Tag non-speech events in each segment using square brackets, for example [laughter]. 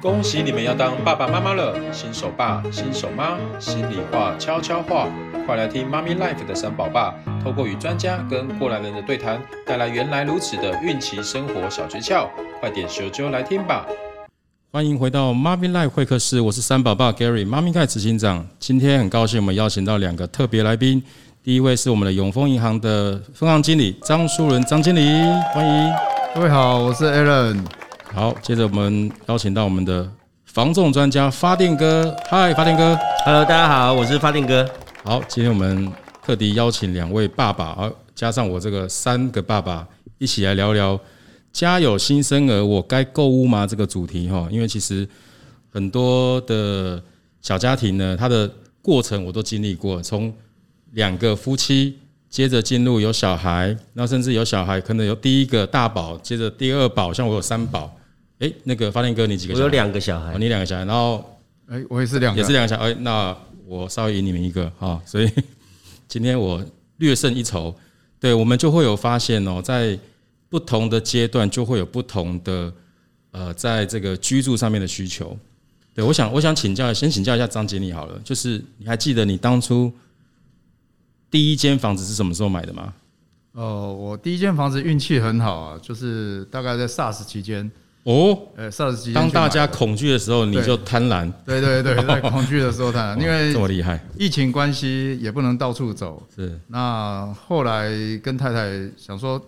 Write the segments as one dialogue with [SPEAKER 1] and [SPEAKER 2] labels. [SPEAKER 1] 恭喜你们要当爸爸妈妈了，新手爸、新手妈，心里话、悄悄话，快来听妈咪 life 的三宝爸，透过与专家跟过来人的对谈，带来原来如此的孕期生活小诀窍，快点咻啾来听吧！欢迎回到妈咪 life 会客室，我是三宝爸 Gary，妈咪盖执行长。今天很高兴我们邀请到两个特别来宾，第一位是我们的永丰银行的分行经理张淑伦，张经理，欢迎。
[SPEAKER 2] 各位好，我是 Alan。
[SPEAKER 1] 好，接着我们邀请到我们的防重专家发电哥，嗨，发电哥。
[SPEAKER 3] Hello，大家好，我是发电哥。
[SPEAKER 1] 好，今天我们特地邀请两位爸爸，啊，加上我这个三个爸爸，一起来聊聊“家有新生儿，我该购物吗”这个主题哈。因为其实很多的小家庭呢，它的过程我都经历过，从两个夫妻，接着进入有小孩，那甚至有小孩可能有第一个大宝，接着第二宝，像我有三宝。诶，那个发电哥，你几个
[SPEAKER 3] 我
[SPEAKER 1] 小孩？
[SPEAKER 3] 有两个小
[SPEAKER 1] 哦
[SPEAKER 3] 孩，
[SPEAKER 1] 你两个小孩，然后
[SPEAKER 2] 哎、我也是两个，
[SPEAKER 1] 也是两个小孩。哎那我稍微赢你们一个哈、所以今天我略胜一筹。对，我们就会有发现哦，在不同的阶段就会有不同的呃，在这个居住上面的需求。对，我想我想请教，先请教一下张经理好了，就是你还记得你当初第一间房子是什么时候买的吗？
[SPEAKER 2] 哦，我第一间房子运气很好啊，就是大概在 SARS 期间，
[SPEAKER 1] 哦，
[SPEAKER 2] 呃，SARS 期间
[SPEAKER 1] 当
[SPEAKER 2] 去买
[SPEAKER 1] 大
[SPEAKER 2] 的
[SPEAKER 1] 家恐惧的时候，你
[SPEAKER 2] 对
[SPEAKER 1] 就贪婪，哦
[SPEAKER 2] 对对对，在恐惧的时候谈，因
[SPEAKER 1] 这么
[SPEAKER 2] 为
[SPEAKER 1] 厉害，
[SPEAKER 2] 疫情关系也不能到处走。
[SPEAKER 1] 是
[SPEAKER 2] 那后来跟太太想说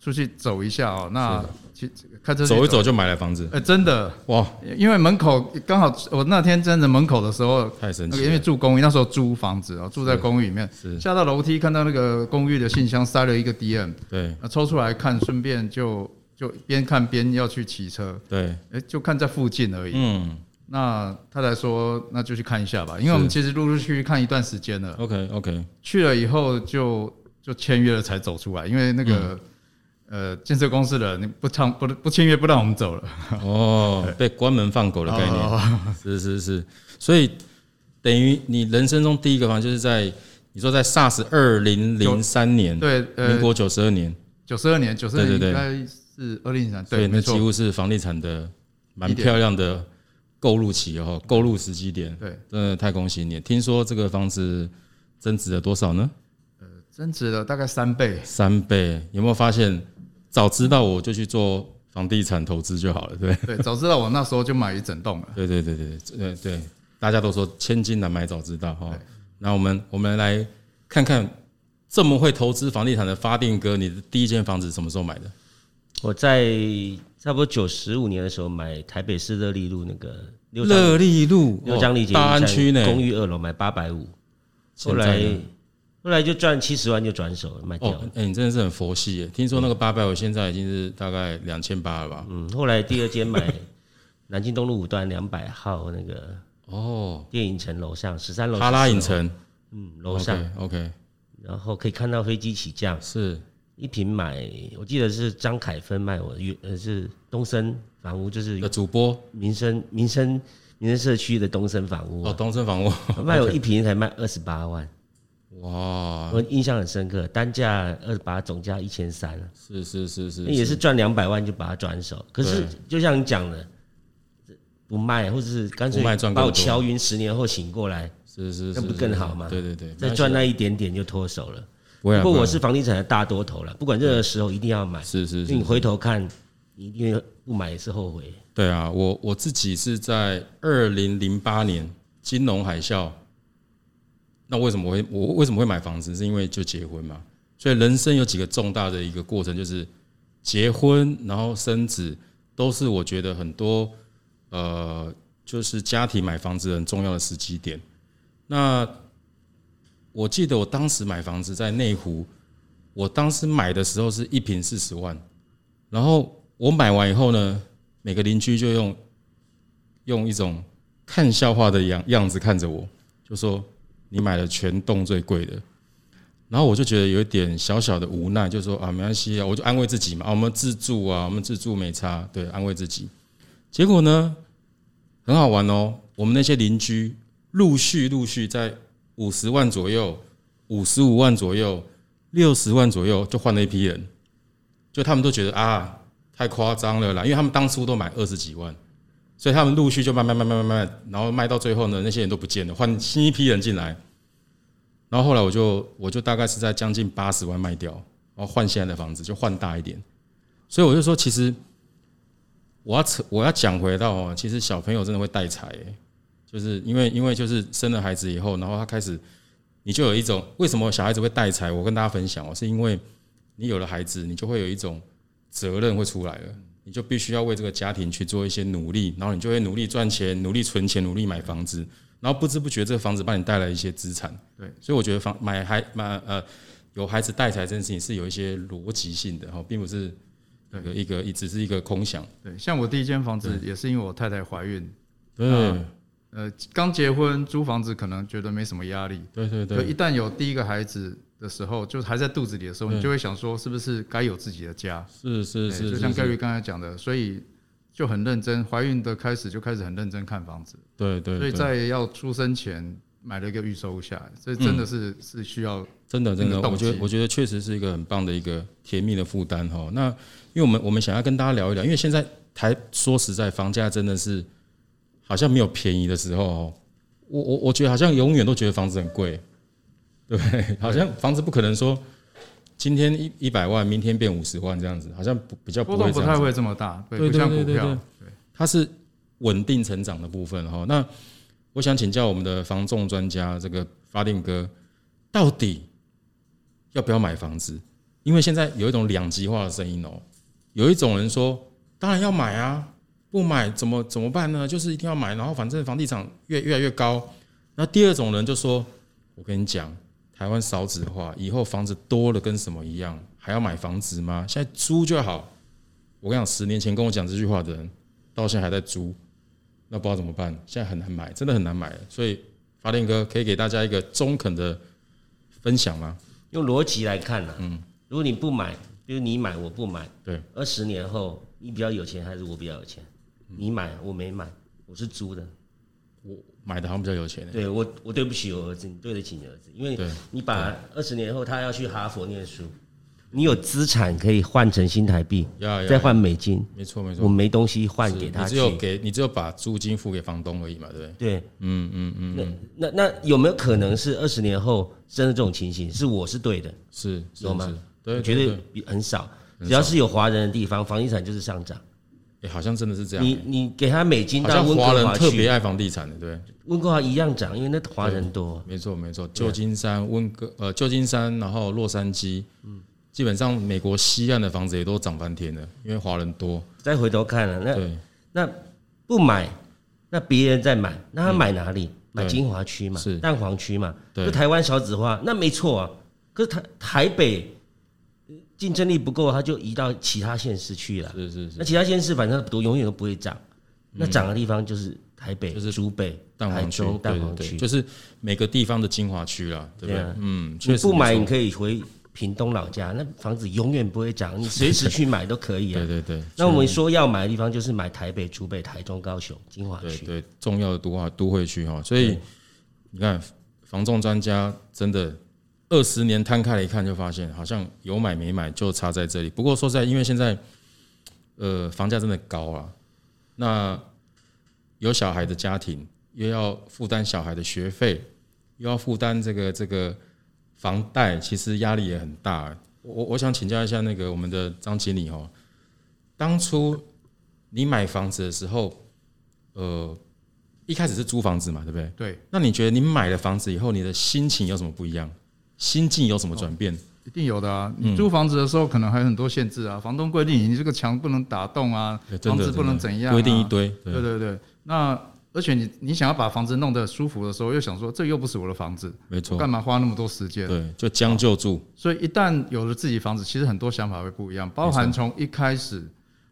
[SPEAKER 2] 出去走一下哦，那去开车去
[SPEAKER 1] 走一走，就买了房子，
[SPEAKER 2] 呃，真的，
[SPEAKER 1] 哇，
[SPEAKER 2] 因为门口刚好我那天站在门口的时候，
[SPEAKER 1] 太神
[SPEAKER 2] 那
[SPEAKER 1] 奇了！
[SPEAKER 2] 个因为住公寓，那时候租房子哦，住在公寓里面
[SPEAKER 1] 是，
[SPEAKER 2] 下到楼梯看到那个公寓的信箱塞了一个 DM，
[SPEAKER 1] 对
[SPEAKER 2] 那抽出来看，顺便就就边看边要去骑车，
[SPEAKER 1] 对，
[SPEAKER 2] 哎，就看在附近而已。
[SPEAKER 1] 嗯
[SPEAKER 2] 那他才说，那就去看一下吧，因为我们其实陆陆续续看一段时间了，
[SPEAKER 1] ，OK
[SPEAKER 2] [laughs]
[SPEAKER 1] OK，
[SPEAKER 2] 去了以后就就签约了才走出来，因为那个。
[SPEAKER 1] 嗯
[SPEAKER 2] 呃，建设公司的你不唱不不签约不让我们走了，
[SPEAKER 1] 哦，被关门放狗的概
[SPEAKER 2] 哦
[SPEAKER 1] 念，是是是，所以等于你人生中第一个房就是在你说在 SARS 二零零三年，
[SPEAKER 2] 对，
[SPEAKER 1] 民
[SPEAKER 2] 呃，
[SPEAKER 1] 国九十二年，
[SPEAKER 2] 九十二年，九十二
[SPEAKER 1] 对
[SPEAKER 2] 年
[SPEAKER 1] 对对
[SPEAKER 2] 应该是二零零三，
[SPEAKER 1] 所以
[SPEAKER 2] 对，
[SPEAKER 1] 那
[SPEAKER 2] 没
[SPEAKER 1] 几
[SPEAKER 2] 错，
[SPEAKER 1] 乎是房地产的蛮
[SPEAKER 2] 一点
[SPEAKER 1] 漂亮的购入期哦，购入时机点，
[SPEAKER 2] 对，
[SPEAKER 1] 真的太恭喜你了！听说这个房子增值了多少呢？
[SPEAKER 2] 增值了大概三倍，
[SPEAKER 1] 三倍，有没有发现？早知道我就去做房地产投资就好了，对不对。
[SPEAKER 2] [laughs] 对，早知道我那时候就买一整栋了，
[SPEAKER 1] 对对对对对对对，大家都说千金难买早知道哈。那我们我们来看看这么会投资房地产的发电哥，你的第一间房子什么时候买的？
[SPEAKER 3] 我在差不多九十五年的时候买台北市乐利路那个六张
[SPEAKER 1] 乐利路
[SPEAKER 3] 六张里街
[SPEAKER 1] 哦大安区呢，
[SPEAKER 3] 公寓二楼买八百五，后
[SPEAKER 1] 现在
[SPEAKER 3] 来
[SPEAKER 1] 呢
[SPEAKER 3] 后来就赚七十万就转手了卖掉
[SPEAKER 1] 哦
[SPEAKER 3] 了。，
[SPEAKER 1] 哎、你真的是很佛系耶！听说那个八百，我现在已经是大概两千八了吧？
[SPEAKER 3] 嗯，后来第二间买南京东路五段两百号那个
[SPEAKER 1] 哦，
[SPEAKER 3] 电影城楼上十三楼
[SPEAKER 1] 哈拉影，
[SPEAKER 3] 14楼
[SPEAKER 1] 城
[SPEAKER 3] 嗯，楼上，
[SPEAKER 1] OK, OK
[SPEAKER 3] 然后可以看到飞机起降。
[SPEAKER 1] 是
[SPEAKER 3] 一瓶买，我记得是张凯芬卖我，原呃是东升房屋，就是
[SPEAKER 1] 的主播
[SPEAKER 3] 民生民生民生社区的东升房屋
[SPEAKER 1] 哦，
[SPEAKER 3] 啊、
[SPEAKER 1] 东升房屋
[SPEAKER 3] [laughs] 卖我一瓶才卖二十八万，
[SPEAKER 1] 哇，
[SPEAKER 3] 我印象很深刻，单价二十八，总价一千三，啊
[SPEAKER 1] 是是是是，
[SPEAKER 3] 那也是赚两百万就把它转手。可是就像你讲的，不卖，或者是干脆
[SPEAKER 1] 不卖赚更多
[SPEAKER 3] 把我敲晕，十年后醒过来，
[SPEAKER 1] 是是是，
[SPEAKER 3] 那不
[SPEAKER 1] 是
[SPEAKER 3] 更好吗
[SPEAKER 1] 对对对，
[SPEAKER 3] 再赚那一点点就脱手了。
[SPEAKER 1] 不会啊。
[SPEAKER 3] 不过
[SPEAKER 1] 会
[SPEAKER 3] 我
[SPEAKER 1] 啊
[SPEAKER 3] 是房地产的大多头了，不管任何时候一定要买，
[SPEAKER 1] 是是
[SPEAKER 3] 因
[SPEAKER 1] 是
[SPEAKER 3] 为你回头看，你一定会不买也是后悔。
[SPEAKER 1] 对啊，我我自己是在二零零八年金融海啸，那为什么会我为什么会买房子？是因为就结婚嘛，所以人生有几个重大的一个过程，就是结婚，然后生子，都是我觉得很多呃，就是家庭买房子很重要的时机点。那我记得我当时买房子在内湖，我当时买的时候是一平四十万，然后我买完以后呢，每个邻居就用用一种看笑话的样样子看着我，就说你买了全栋最贵的。然后我就觉得有一点小小的无奈，就说啊，没关系啊，我就安慰自己嘛，啊，我们自住啊，我们自住没差，对，安慰自己。结果呢，很好玩哦，我们那些邻居陆续陆续在五十万左右、五十五万左右、六十万左右就换了一批人，就他们都觉得啊，太夸张了啦，因为他们当初都买二十几万，所以他们陆续就慢慢慢慢慢慢，然后卖到最后呢，那些人都不见了，换新一批人进来。然后后来我就我就大概是在将近八十万卖掉，然后换现在的房子，就换大一点。所以我就说，其实我要扯，我要讲回到哦，其实小朋友真的会带财、欸，就是因为因为就是生了孩子以后，然后他开始你就有一种为什么小孩子会带财？我跟大家分享哦，是因为你有了孩子，你就会有一种责任会出来了。你就必须要为这个家庭去做一些努力，然后你就会努力赚钱、努力存钱、努力买房子，然后不知不觉这个房子帮你带来一些资产。
[SPEAKER 2] 对，
[SPEAKER 1] 所以我觉得房买孩买呃有孩子带财这件事情是有一些逻辑性的哈，哦并不是一个一个一只是一个空想。
[SPEAKER 2] 对，像我第一间房子也是因为我太太怀孕，
[SPEAKER 1] 对
[SPEAKER 2] 呃，刚结婚租房子可能觉得没什么压力，
[SPEAKER 1] 对对
[SPEAKER 2] 可
[SPEAKER 1] 对
[SPEAKER 2] 一旦有第一个孩子的时候，就还在肚子里的时候，你就会想说，是不是该有自己的家？
[SPEAKER 1] 是是
[SPEAKER 2] 对
[SPEAKER 1] 是，
[SPEAKER 2] 就像
[SPEAKER 1] 是是
[SPEAKER 2] Gary 刚才讲的，所以就很认真。怀孕的开始就开始很认真看房子，
[SPEAKER 1] 对对，
[SPEAKER 2] 所以
[SPEAKER 1] 对
[SPEAKER 2] 在要出生前买了一个预售下来，这
[SPEAKER 1] 嗯
[SPEAKER 2] 真的是、是需要
[SPEAKER 1] 真的，
[SPEAKER 2] 那个
[SPEAKER 1] 真的，
[SPEAKER 2] 动
[SPEAKER 1] 我觉得
[SPEAKER 2] 机
[SPEAKER 1] 我觉得确实是一个很棒的一个甜蜜的负担哈。那因为我们我们想要跟大家聊一聊，因为现在台说实在，房价真的是好像没有便宜的时候哦。我我我觉得好像永远都觉得房子很贵， [laughs] 对不对？好像房子不可能说今天一一百万，明天变五十万这样子，好像不比较不
[SPEAKER 2] 波
[SPEAKER 1] 会这
[SPEAKER 2] 动不
[SPEAKER 1] 样
[SPEAKER 2] 太
[SPEAKER 1] 子。
[SPEAKER 2] 会这么大，对，
[SPEAKER 1] 对
[SPEAKER 2] 不
[SPEAKER 1] 对
[SPEAKER 2] 像
[SPEAKER 1] 对
[SPEAKER 2] 股
[SPEAKER 1] 对
[SPEAKER 2] 票。
[SPEAKER 1] 它是稳定成长的部分哈。那我想请教我们的房仲专家这个发电哥，到底要不要买房子？因为现在有一种两极化的声音哦、有一种人说当然要买啊，不买怎么怎么办呢？就是一定要买，然后反正房地产越越来越高。那第二种人就说，我跟你讲，台湾少子化，以后房子多了跟什么一样，还要买房子吗？现在租就好。我跟你讲，十年前跟我讲这句话的人，到现在还在租，那不知道怎么办，现在很难买，真的很难买。所以发电哥可以给大家一个中肯的分享吗？
[SPEAKER 3] 用逻辑来看呢、嗯，如果你不买，比如你买我不买，
[SPEAKER 1] 对，
[SPEAKER 3] 二十年后你比较有钱还是我比较有钱？你买我没买，我是租的，
[SPEAKER 1] 我买的好像比较有钱、欸，
[SPEAKER 3] 对我我对不起我儿子，你对得起你儿子，因为
[SPEAKER 1] 对
[SPEAKER 3] 你把二十年后他要去哈佛念书，你有资产可以换成新台币，
[SPEAKER 1] 要要
[SPEAKER 3] 再换美金，
[SPEAKER 1] 没错没错
[SPEAKER 3] 我，没东西换
[SPEAKER 1] 哎是
[SPEAKER 3] 给他
[SPEAKER 1] 你只
[SPEAKER 3] 去。
[SPEAKER 1] 有给你只有把租金付给房东而已嘛，对不对？
[SPEAKER 3] 对，嗯嗯嗯，那那那有没有可能是二十年后生的这种情形？是我是对的，
[SPEAKER 1] 是是
[SPEAKER 3] 有吗
[SPEAKER 1] 是对，
[SPEAKER 3] 绝
[SPEAKER 1] 对
[SPEAKER 3] 对比很少。只要是有华人的地方，房地产就是上涨。
[SPEAKER 1] 对欸好像真的是这样、
[SPEAKER 3] 你
[SPEAKER 1] 欸，
[SPEAKER 3] 你给他美金
[SPEAKER 1] 好
[SPEAKER 3] 到
[SPEAKER 1] 像
[SPEAKER 3] 温
[SPEAKER 1] 华
[SPEAKER 3] 哥
[SPEAKER 1] 人
[SPEAKER 3] 华
[SPEAKER 1] 特别
[SPEAKER 3] 去，
[SPEAKER 1] 爱房地产的，对不对。
[SPEAKER 3] 温哥华一样涨，因为那华人多。
[SPEAKER 1] 没错没错，旧金山、温哥呃旧金山，然后洛杉矶，
[SPEAKER 3] 嗯
[SPEAKER 1] 基本上美国西岸的房子也都涨翻天了，因为华人多。
[SPEAKER 3] 再回头看了，那
[SPEAKER 1] 对，
[SPEAKER 3] 那不买，那别人再买，那他买哪里？买
[SPEAKER 1] 对
[SPEAKER 3] 金华区嘛
[SPEAKER 1] 嗯是，
[SPEAKER 3] 蛋黄区嘛，
[SPEAKER 1] 对
[SPEAKER 3] 就台湾少子化，那没错啊。可是台台北呃竞争力不够，他就移到其他县市去了。
[SPEAKER 1] 是是是，嗯
[SPEAKER 3] 那其他县市反正都永远都不会涨，那涨的地方就是台北、
[SPEAKER 1] 就是
[SPEAKER 3] 竹北、
[SPEAKER 1] 蛋
[SPEAKER 3] 台
[SPEAKER 1] 黄区，
[SPEAKER 3] 中、
[SPEAKER 1] 对
[SPEAKER 3] 蛋
[SPEAKER 1] 对
[SPEAKER 3] 黄
[SPEAKER 1] 对，
[SPEAKER 3] 区。
[SPEAKER 1] 就是每个地方的精华区啦，对不
[SPEAKER 3] 对
[SPEAKER 1] 对
[SPEAKER 3] 啊？
[SPEAKER 1] 嗯，
[SPEAKER 3] 你
[SPEAKER 1] 确实
[SPEAKER 3] 不买，
[SPEAKER 1] 没
[SPEAKER 3] 你
[SPEAKER 1] 错
[SPEAKER 3] 可以回屏东老家，那房子永远不会涨，你随时去买都可以啊
[SPEAKER 1] 对。对对，
[SPEAKER 3] 那我们说要买的地方就是买台北、竹北、台中、高雄、金华
[SPEAKER 1] 对
[SPEAKER 3] 区。
[SPEAKER 1] 对重要的都化都会区哈，所以你看房仲专家真的二十年摊开来一看，就发现好像有买没买就差在这里。不过说实在，因为现在呃房价真的高啊，那有小孩的家庭又要负担小孩的学费，又要负担这个这个房贷，其实压力也很大。我我我想请教一下那个我们的张经理哦，当初你买房子的时候，呃，一开始是租房子嘛，对不对？
[SPEAKER 2] 对，
[SPEAKER 1] 那你觉得你买了房子以后，你的心情有什么不一样？心境有什么转变？
[SPEAKER 2] 一定有的啊！
[SPEAKER 1] 嗯
[SPEAKER 2] 你租房子的时候，可能还有很多限制啊，房东规定你这个墙不能打洞啊
[SPEAKER 1] 对，哎真
[SPEAKER 2] 房
[SPEAKER 1] 的
[SPEAKER 2] 子不能怎样啊，
[SPEAKER 1] 规定一堆，
[SPEAKER 2] 对
[SPEAKER 1] 对
[SPEAKER 2] 对对，那而且你你想要把房子弄得舒服的时候，又想说这又不是我的房子，
[SPEAKER 1] 没
[SPEAKER 2] 我
[SPEAKER 1] 错，
[SPEAKER 2] 干嘛花那么多时间？
[SPEAKER 1] 对，就将就住，
[SPEAKER 2] 所以一旦有了自己房子，其实很多想法会不一样，包含从一开始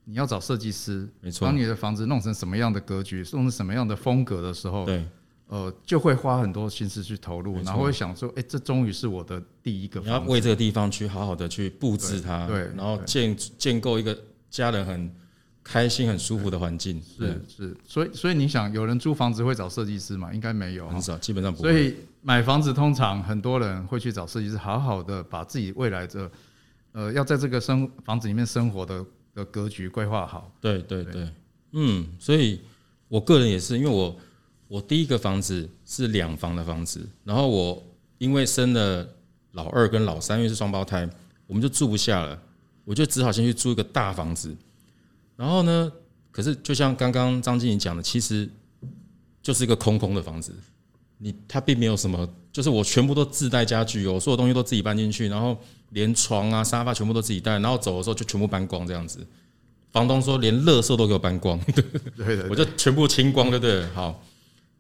[SPEAKER 2] 你要找设计师，
[SPEAKER 1] 没错
[SPEAKER 2] 帮，你的房子弄成什么样的格局，弄成什么样的风格的时候，
[SPEAKER 1] 对，
[SPEAKER 2] 呃，就会花很多心思去投入
[SPEAKER 1] 没，错
[SPEAKER 2] 然后会想说，哎，这终于是我的第一个
[SPEAKER 1] 你要
[SPEAKER 2] 房子。
[SPEAKER 1] 为这个地方去好好的去布置它，
[SPEAKER 2] 对对
[SPEAKER 1] 然后建建构一个家人很开心、很舒服的环境，对
[SPEAKER 2] 是是，所以所以你想，有人租房子会找设计师吗？应该没有啊
[SPEAKER 1] 很。少，基本上不
[SPEAKER 2] 所
[SPEAKER 1] 会，
[SPEAKER 2] 以买房子通常很多人会去找设计师，好好的把自己未来的呃要在这个生房子里面生活的的格局规划好。
[SPEAKER 1] 对对对，嗯，所以我个人也是，因为我我第一个房子是两房的房子，然后我因为生了老二跟老三，因为是双胞胎，我们就住不下了，我就只好先去租一个大房子。然后呢，可是就像刚刚张经理讲的，其实就是一个空空的房子，你它并没有什么，就是我全部都自带家具哦，我所有东西都自己搬进去，然后连床啊、沙发全部都自己带，然后走的时候就全部搬光这样子。房东说连垃圾都给我搬光，
[SPEAKER 2] 对的，
[SPEAKER 1] 我就全部清光，对不对了？好，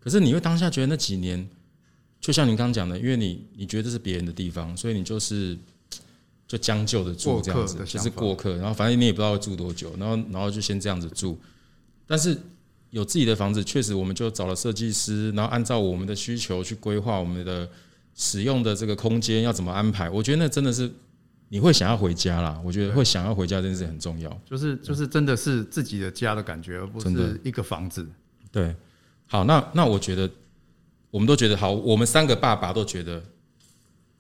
[SPEAKER 1] 可是你会当下觉得那几年，就像您刚讲的，因为你你觉得这是别人的地方，所以你就是就将就的住
[SPEAKER 2] 过
[SPEAKER 1] 这
[SPEAKER 2] 客
[SPEAKER 1] 样子，
[SPEAKER 2] 的
[SPEAKER 1] 就
[SPEAKER 2] 想
[SPEAKER 1] 是
[SPEAKER 2] 法
[SPEAKER 1] 过客。然后反正你也不知道会住多久，然后然后就先这样子住。但是有自己的房子，确实我们就找了设计师，然后按照我们的需求去规划我们的使用的这个空间要怎么安排。我觉得那真的是你会想要回家啦，我觉得会想要回家这件事很重要。
[SPEAKER 2] 就是就是真的是自己的家的感觉，而不
[SPEAKER 1] 真的
[SPEAKER 2] 是一个房子。
[SPEAKER 1] 对，好，那那我觉得，我们都觉得好，我们三个爸爸都觉得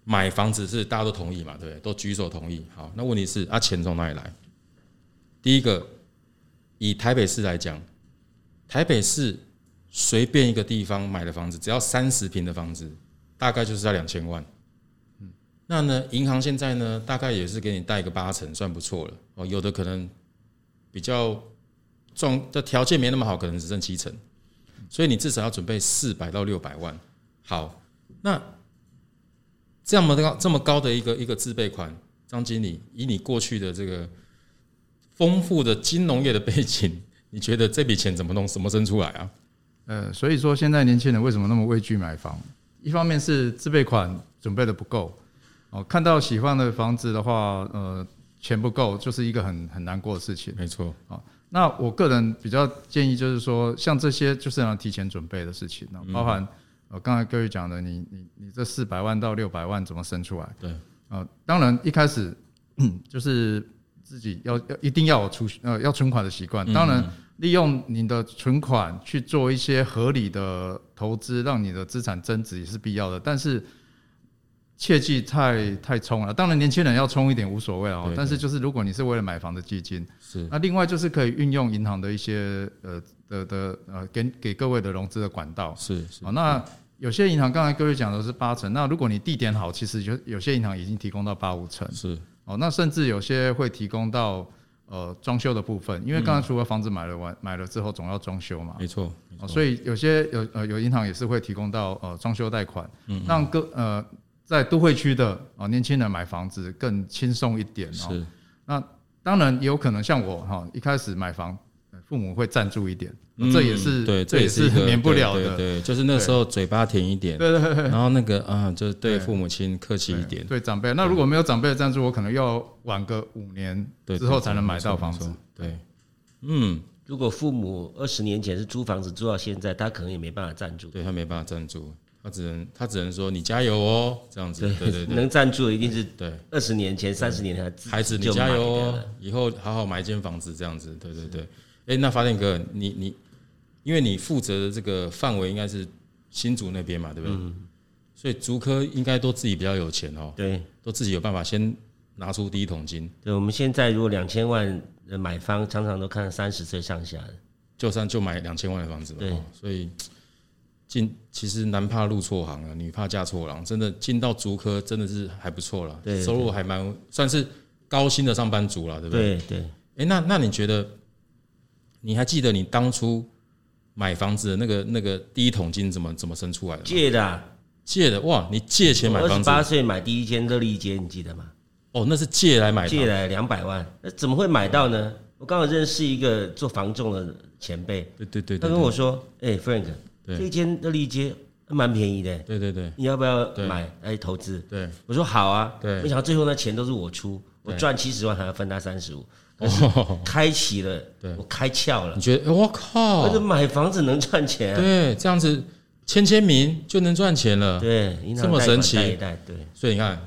[SPEAKER 1] 买房子是大家都同意嘛，对不对？都举手同意。好，那问题是啊，钱从哪里来？第一个，以台北市来讲，台北市随便一个地方买的房子，只要三十平的房子，大概就是要两千万。那呢，银行现在呢，大概也是给你贷个八成，算不错了。哦，有的可能比较状的条件没那么好，可能只剩七成，所以你至少要准备四百到六百万。好，那这么高这么高的一个一个自备款，张经理，以你过去的这个丰富的金融业的背景， [laughs] 你觉得这笔钱怎么弄，怎么生出来啊？
[SPEAKER 2] 呃，所以说现在年轻人为什么那么畏惧买房？一方面是自备款准备的不够，哦，看到喜欢的房子的话，呃，钱不够就是一个很很难过的事情。
[SPEAKER 1] 没错，
[SPEAKER 2] 那我个人比较建议就是说，像这些就是要提前准备的事情呢，包含呃刚才各位讲的，你你你这四百万到六百万怎么生出来？
[SPEAKER 1] 对，
[SPEAKER 2] 呃，当然一开始就是自己要要一定要有储蓄呃要存款的习
[SPEAKER 1] 嗯
[SPEAKER 2] 惯，当然利用你的存款去做一些合理的投资，让你的资产增值也是必要的，但是。切记太太冲了，当然年轻人要冲一点无所谓哦
[SPEAKER 1] 对。
[SPEAKER 2] 但是就是如果你是为了买房的基金，
[SPEAKER 1] 是
[SPEAKER 2] 那另外就是可以运用银行的一些呃的的呃给给各位的融资的管道。
[SPEAKER 1] 是是
[SPEAKER 2] 好，哦那有些银行刚才各位讲的是八成，那如果你地点好，其实有有些银行已经提供到八五成。
[SPEAKER 1] 是，
[SPEAKER 2] 哦，那甚至有些会提供到呃装修的部分，因为刚才除了房子买了完买了之后，总要装修嘛。
[SPEAKER 1] 没错，
[SPEAKER 2] 哦，所以有些有呃有银行也是会提供到呃装修贷款，
[SPEAKER 1] 嗯
[SPEAKER 2] 让各呃在都会区的哦年轻人买房子更轻松一点哦。
[SPEAKER 1] 是
[SPEAKER 2] 那当然也有可能像我哈，一开始买房，呃父母会赞助一点，哦嗯这也是
[SPEAKER 1] 嗯对，
[SPEAKER 2] 这
[SPEAKER 1] 这
[SPEAKER 2] 也
[SPEAKER 1] 是一个
[SPEAKER 2] 免不了
[SPEAKER 1] 对对
[SPEAKER 2] 的。
[SPEAKER 1] 对，就是那时候嘴巴甜一点，对对对，然后那个啊，就是对
[SPEAKER 2] 对
[SPEAKER 1] 父母亲客气一点，
[SPEAKER 2] 对长辈，那如果没有长辈的赞助，我可能要晚个五年
[SPEAKER 1] 对，
[SPEAKER 2] 之后才能买到房
[SPEAKER 1] 没
[SPEAKER 2] 子
[SPEAKER 1] 错。，没错对，嗯。
[SPEAKER 3] 如果父母二十年前是租房子租到现在，他可能也没办法赞助。
[SPEAKER 1] 对他没办法赞助，他只能他只能说你加油哦，这样子，对对对
[SPEAKER 3] 能赞助的一定是
[SPEAKER 1] 对，
[SPEAKER 3] 二十年前、三十年前自
[SPEAKER 1] 孩子你
[SPEAKER 3] 就
[SPEAKER 1] 加
[SPEAKER 3] 买
[SPEAKER 1] 油
[SPEAKER 3] 的
[SPEAKER 1] 哦
[SPEAKER 3] 了，，
[SPEAKER 1] 以后好好买一间房子这样子，对对对。哎、那发电哥，你你因为你负责的这个范围应该是新竹那边嘛，对不对？
[SPEAKER 3] 嗯
[SPEAKER 1] 所以竹科应该都自己比较有钱哦，
[SPEAKER 3] 对
[SPEAKER 1] 都自己有办法先拿出第一桶金，
[SPEAKER 3] 对，我们现在如果两千万呃买方，常常都看三十岁上下的。
[SPEAKER 1] 就算就买两千万的房子嘛，
[SPEAKER 3] 对
[SPEAKER 1] 哦所以进其实男怕入错行啊，女怕嫁错郎，真的进到足科真的是还不错啦，
[SPEAKER 3] 对
[SPEAKER 1] 收入还蛮算是高薪的上班族啦，对不对？
[SPEAKER 3] 对对，
[SPEAKER 1] 哎、那那你觉得，你还记得你当初买房子的那个那个第一桶金怎么怎么生出来的吗？
[SPEAKER 3] 借的啊，
[SPEAKER 1] 借的哇，你借钱买
[SPEAKER 3] 二
[SPEAKER 1] 房
[SPEAKER 3] 十
[SPEAKER 1] 子
[SPEAKER 3] 八岁买第一间乐利街，你记得吗？
[SPEAKER 1] 哦，那是借来买的
[SPEAKER 3] 借，来两百万，那怎么会买到呢？我刚好认识一个做房仲的前辈，
[SPEAKER 1] 对对对对
[SPEAKER 3] 他跟我说：“哎、f r a n k
[SPEAKER 1] 对
[SPEAKER 3] 这一间乐利街哎蛮便宜的，
[SPEAKER 1] 对对对
[SPEAKER 3] 你要不要
[SPEAKER 1] 对
[SPEAKER 3] 买来投资 [laughs]
[SPEAKER 1] 对，？”
[SPEAKER 3] 我说：“好啊。”
[SPEAKER 1] 对
[SPEAKER 3] 没想到最后呢，钱都是我出，我
[SPEAKER 1] 对
[SPEAKER 3] 赚七十万还要分他三十五，
[SPEAKER 1] 哦，
[SPEAKER 3] 开启了
[SPEAKER 1] 对，
[SPEAKER 3] 我开窍了
[SPEAKER 1] 你。觉得哎我
[SPEAKER 3] 我
[SPEAKER 1] 靠
[SPEAKER 3] 这，买房子能赚钱啊、
[SPEAKER 1] 对，这样子签签名就能赚钱了。
[SPEAKER 3] 对，银行
[SPEAKER 1] 啊这么
[SPEAKER 3] 贷款
[SPEAKER 1] 神奇
[SPEAKER 3] 贷一贷，对，
[SPEAKER 1] 所以你看，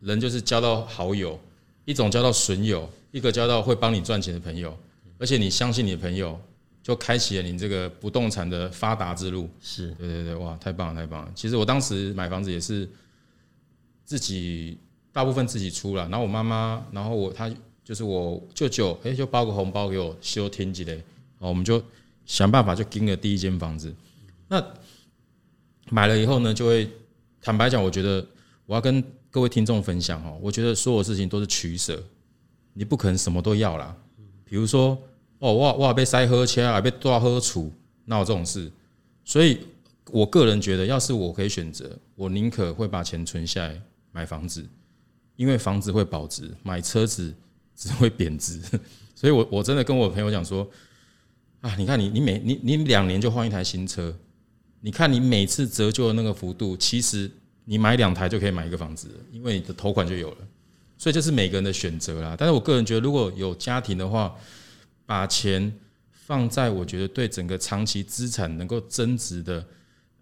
[SPEAKER 1] 人就是交到好友，一种交到损友，一个交到会帮你赚钱的朋友，而且你相信你的朋友，就开启了你这个不动产的发达之路。
[SPEAKER 3] 是
[SPEAKER 1] 对对对，哇，太棒了，太棒了！其实我当时买房子也是自己大部分自己出了，然后我妈妈，然后我她就是我舅舅，哎、就包个红包给我修天级嘞，哦，我们就想办法就盯了第一间房子。那买了以后呢，就会坦白讲，我觉得我要跟各位听众分享哦，我觉得所有事情都是取舍，你不可能什么都要啦。比如说，哦，我我被塞喝车啊，被抓喝处，哪有这种事？所以我个人觉得，要是我可以选择，我宁可会把钱存下来买房子，因为房子会保值，买车子只会贬值。 [laughs] 所以我我真的跟我朋友讲说，啊，你看你你每你你两年就换一台新车，你看你每次折旧的那个幅度，其实你买两台就可以买一个房子了，因为你的头款就有了。所以这是每个人的选择啦。但是我个人觉得，如果有家庭的话，把钱放在我觉得对整个长期资产能够增值的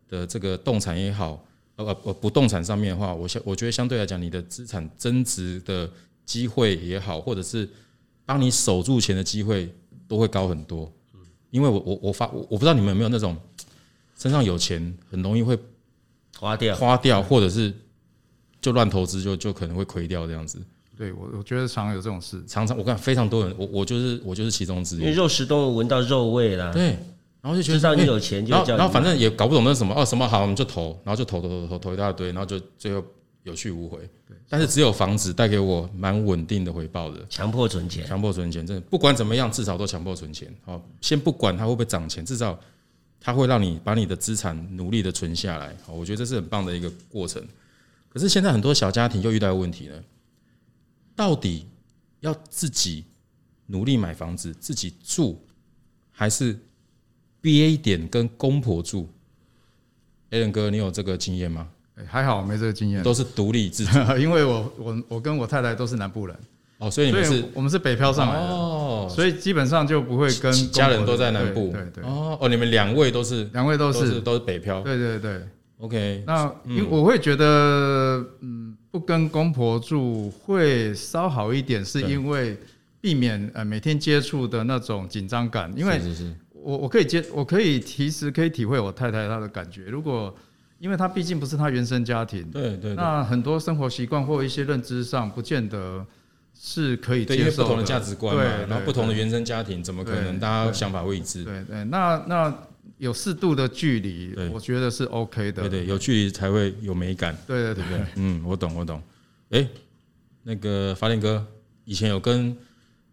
[SPEAKER 1] 的这个动产也好，呃呃呃不动产上面的话，我相我觉得相对来讲，你的资产增值的机会也好，或者是帮你守住钱的机会都会高很多。因为我我我发我我不知道你们有没有那种身上有钱很容易会
[SPEAKER 3] 花掉。
[SPEAKER 1] 花掉，或者是就乱投资，就就可能会亏掉这样子。
[SPEAKER 2] 对我我觉得常有这种事，
[SPEAKER 1] 常常我看非常多人，我我就是我就是其中之
[SPEAKER 3] 因为
[SPEAKER 1] 一。
[SPEAKER 3] 肉食动物闻到肉味啦，
[SPEAKER 1] 对，然后就觉得
[SPEAKER 3] 知道你
[SPEAKER 1] 哎
[SPEAKER 3] 有钱就
[SPEAKER 1] 然后
[SPEAKER 3] 叫
[SPEAKER 1] 然后
[SPEAKER 3] 你
[SPEAKER 1] 反正也搞不懂那是什么哦什么好，我们就投，然后就投投投投投一大堆，然后就最后有去无回。但是只有房子带给我蛮稳定的回报的，
[SPEAKER 3] 强迫存钱。
[SPEAKER 1] 强迫存钱，真的不管怎么样，至少都强迫存钱。好，先不管它会不会涨钱，至少它会让你把你的资产努力的存下来。好，我觉得这是很棒的一个过程。可是现在很多小家庭又遇到一个问题呢，到底要自己努力买房子自己住，还是憋一点跟公婆住？A 伦哥，你有这个经验吗？
[SPEAKER 2] 哎还好我没这个经验，
[SPEAKER 1] 都是独立自主
[SPEAKER 2] [laughs] 因为我我我跟我太太都是南部人，
[SPEAKER 1] 哦，所以你
[SPEAKER 2] 所
[SPEAKER 1] 们
[SPEAKER 2] 以
[SPEAKER 1] 是
[SPEAKER 2] 我们是北漂上来的，
[SPEAKER 1] 哦，
[SPEAKER 2] 所以基本上就不会跟公
[SPEAKER 1] 家人
[SPEAKER 2] 婆
[SPEAKER 1] 都在
[SPEAKER 2] 的
[SPEAKER 1] 南部，
[SPEAKER 2] 对对对，
[SPEAKER 1] 哦哦，你们两位都是
[SPEAKER 2] 两位都
[SPEAKER 1] 是
[SPEAKER 2] 是，
[SPEAKER 1] 都是北漂嗯
[SPEAKER 2] 对对对。
[SPEAKER 1] ，OK，
[SPEAKER 2] 那因为我会觉得，嗯，不跟公婆住会稍好一点，是
[SPEAKER 1] 对
[SPEAKER 2] 因为避免呃每天接触的那种紧张感，因为
[SPEAKER 1] 是是是
[SPEAKER 2] 我我可以接，我可以其实可以体会我太太她的感觉。如果因为她毕竟不是她原生家庭，
[SPEAKER 1] 对对对
[SPEAKER 2] 那很多生活习惯或一些认知上，不见得是可以
[SPEAKER 1] 对，因
[SPEAKER 2] 接
[SPEAKER 1] 为
[SPEAKER 2] 受
[SPEAKER 1] 不同的价值观嘛，
[SPEAKER 2] 对，
[SPEAKER 1] 然后
[SPEAKER 2] 对
[SPEAKER 1] 不同的
[SPEAKER 2] 对
[SPEAKER 1] 原生家庭，怎么可能
[SPEAKER 2] 对
[SPEAKER 1] 大家
[SPEAKER 2] 对
[SPEAKER 1] 想法会一致？
[SPEAKER 2] 对对，那那有适度的距离
[SPEAKER 1] 对，
[SPEAKER 2] 我觉得是 OK 的。
[SPEAKER 1] 对对，有距离才会有美感，
[SPEAKER 2] 对对
[SPEAKER 1] 对不
[SPEAKER 2] 对
[SPEAKER 1] 对？嗯，我懂我懂。哎，那个法典哥，以前有跟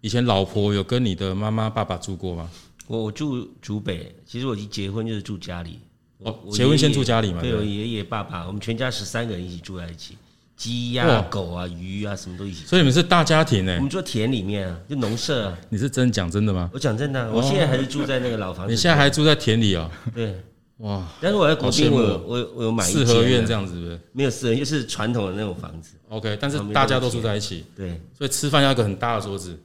[SPEAKER 1] 以前老婆有跟你的妈妈爸爸住过吗？
[SPEAKER 3] 我我住竹北，其实我一结婚就是住家里。我
[SPEAKER 1] 哦
[SPEAKER 3] 我
[SPEAKER 1] 结婚先
[SPEAKER 3] 爷爷
[SPEAKER 1] 住家里嘛对
[SPEAKER 3] 对，
[SPEAKER 1] 不
[SPEAKER 3] 我
[SPEAKER 1] 对
[SPEAKER 3] 爷爷、爸爸，我们全家十三个人一起住在一起，鸡呀、
[SPEAKER 1] 哇
[SPEAKER 3] 狗啊、鱼啊，什么都一起。
[SPEAKER 1] 所以你们是大家庭哎
[SPEAKER 2] 嗯
[SPEAKER 3] 我，们住田里面啊，就农舍啊。
[SPEAKER 1] 你是真讲真的吗？
[SPEAKER 3] 我讲真的啊，我现在还是住在那个老
[SPEAKER 2] 嗯
[SPEAKER 3] 房
[SPEAKER 1] 哦
[SPEAKER 3] 子。
[SPEAKER 1] 你现在还住在田里哦，
[SPEAKER 3] 对？
[SPEAKER 1] 哇，
[SPEAKER 3] 但是我在国
[SPEAKER 1] 好羡
[SPEAKER 3] 宾，
[SPEAKER 1] 慕
[SPEAKER 3] 我
[SPEAKER 1] 哦
[SPEAKER 3] 有我有我有买一
[SPEAKER 1] 四合
[SPEAKER 3] 间啊
[SPEAKER 1] 院这，样子是不是
[SPEAKER 3] 没有四合院，就是传统的那种房子。
[SPEAKER 1] ？OK，但是
[SPEAKER 3] 旁边
[SPEAKER 1] 大
[SPEAKER 3] 都
[SPEAKER 1] 家
[SPEAKER 3] 有
[SPEAKER 1] 都
[SPEAKER 3] 田
[SPEAKER 1] 住在一起，
[SPEAKER 3] 对，
[SPEAKER 1] 所以吃饭要一个很大的桌子。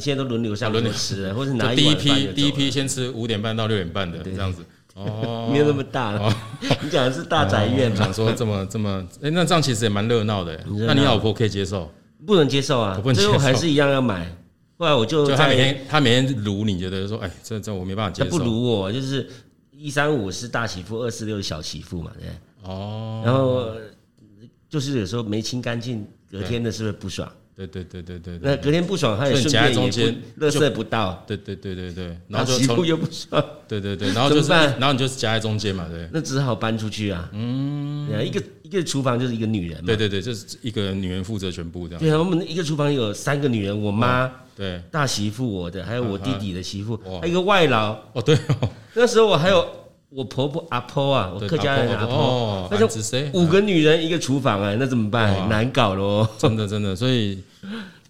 [SPEAKER 3] 现在都轮流上
[SPEAKER 1] 哦轮流
[SPEAKER 3] 轮流吃啊
[SPEAKER 1] [laughs]
[SPEAKER 3] 了，或者拿
[SPEAKER 1] 就
[SPEAKER 3] 一
[SPEAKER 1] 第一
[SPEAKER 3] 碗饭
[SPEAKER 1] 批
[SPEAKER 3] 就
[SPEAKER 1] 第一
[SPEAKER 3] 走了
[SPEAKER 1] 批先吃五点半到六点半的这样子。哦，
[SPEAKER 3] [laughs] 没有那么大了。 [laughs] 你讲的是大宅院吧？
[SPEAKER 1] 想说这么这么，哎，那这样其实也蛮热闹的。
[SPEAKER 3] 很热
[SPEAKER 1] 那
[SPEAKER 3] 闹
[SPEAKER 1] 你老婆可以接受，
[SPEAKER 3] 不能接受啊
[SPEAKER 1] 我不，能
[SPEAKER 3] 最
[SPEAKER 1] 接
[SPEAKER 3] 后
[SPEAKER 1] 受
[SPEAKER 3] 还是一样要买。后来我就
[SPEAKER 1] 就她每
[SPEAKER 3] 在，
[SPEAKER 1] 天她每天撸你，觉得说，哎，这这我没办法
[SPEAKER 3] 他
[SPEAKER 1] 接
[SPEAKER 3] 不
[SPEAKER 1] 受。
[SPEAKER 3] 如我，就是一三五是大媳妇，二四六是小媳妇嘛，对。
[SPEAKER 1] 哦，
[SPEAKER 3] 然后就是有时候没清干净，隔天的是不是不爽？
[SPEAKER 1] 对对对对对对
[SPEAKER 3] 那隔天不爽，他也
[SPEAKER 1] 哦所以
[SPEAKER 3] 顺
[SPEAKER 1] 你夹在
[SPEAKER 3] 便
[SPEAKER 1] 中
[SPEAKER 3] 也
[SPEAKER 1] 间
[SPEAKER 3] 不，垃圾不到，
[SPEAKER 1] 对对对对对，然
[SPEAKER 3] 然
[SPEAKER 1] 后
[SPEAKER 3] 后
[SPEAKER 1] 就
[SPEAKER 3] 媳妇
[SPEAKER 1] 从
[SPEAKER 3] 又不
[SPEAKER 1] [laughs]
[SPEAKER 3] 爽，
[SPEAKER 1] 对对对，然后就是
[SPEAKER 3] 怎么办嗯
[SPEAKER 1] 然后你就是夹在中间嘛，对
[SPEAKER 3] 那只好搬出去啊。嗯，一个一个厨房就是一个女人嘛。
[SPEAKER 1] 对对对，就是一个女人负责全部这样。
[SPEAKER 3] 对啊，我们一个厨房有三个女人，我
[SPEAKER 1] 哦
[SPEAKER 3] 妈、
[SPEAKER 1] 对，
[SPEAKER 3] 大媳妇我的，还有我弟弟的媳妇
[SPEAKER 1] 哇，
[SPEAKER 3] 还有一个外劳。
[SPEAKER 1] 哦对哦，
[SPEAKER 3] 那时候我还有我婆婆阿婆啊，我
[SPEAKER 1] 对
[SPEAKER 3] 客家人
[SPEAKER 1] 阿
[SPEAKER 3] 阿
[SPEAKER 1] 婆哦
[SPEAKER 3] 婆，那
[SPEAKER 1] 繁殖谁
[SPEAKER 3] 就五个女人一个厨房啊，那怎么
[SPEAKER 1] 哇
[SPEAKER 3] 办？难搞喽。
[SPEAKER 1] [laughs] 真的真的，所以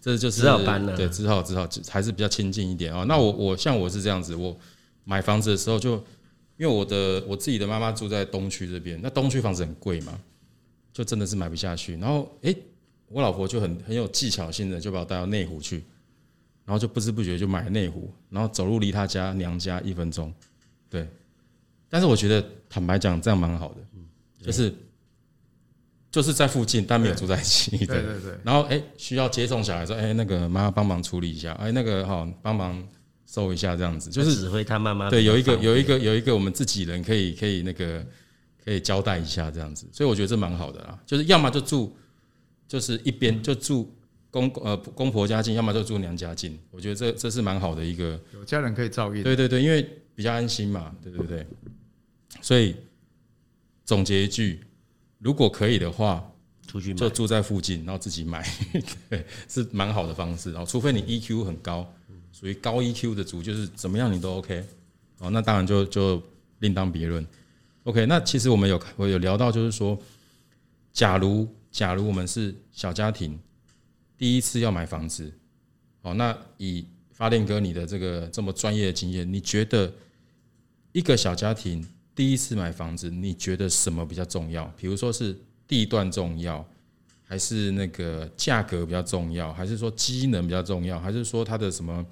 [SPEAKER 1] 这就是
[SPEAKER 3] 只好搬了
[SPEAKER 1] 对，只好只好还是比较亲近一点哦。那我我像我是这样子，我买房子的时候就因为我的我自己的妈妈住在东区这边，那东区房子很贵嘛，就真的是买不下去。然后诶，我老婆就很很有技巧性的就把我带到内湖去，然后就不知不觉就买了内湖，然后走路离她家娘家一分钟，对。但是我觉得坦白讲，这样蛮好的，就是就是在附近，但没有住在一起，
[SPEAKER 2] 对对对，
[SPEAKER 1] 然后哎、需要接送小孩说，哎、那个妈帮忙处理一下，哎、那个好帮忙收一下这样子，就
[SPEAKER 3] 她
[SPEAKER 1] 是
[SPEAKER 3] 指挥哎他妈妈
[SPEAKER 1] 对有一个
[SPEAKER 3] 放
[SPEAKER 1] 有一个有一个我们自己人可以可以那个可以交代一下这样子，所以我觉得这蛮好的啦，就是要么就住就是一边就住公呃公婆家近，要么就住娘家近，我觉得这这是蛮好的一个
[SPEAKER 2] 有家人可以照应。
[SPEAKER 1] 对对对，因为比较安心嘛，对不对？所以总结一句，如果可以的话，
[SPEAKER 3] 出去
[SPEAKER 1] 就
[SPEAKER 3] 买，
[SPEAKER 1] 住在附近，然后自己买， [laughs] 对，是蛮好的方式。然后，除非你 EQ 很高，属于高 EQ 的族，就是怎么样你都 OK。哦，那当然就就另当别论。OK，那其实我们有我有聊到，就是说，假如假如我们是小家庭，第一次要买房子，哦，那以发电哥你的这个这么专业的经验，你觉得一个小家庭第一次买房子，你觉得什么比较重要？比如说是地段重要，还是那个价格比较重要，还是说机能比较重要，还是说它的什么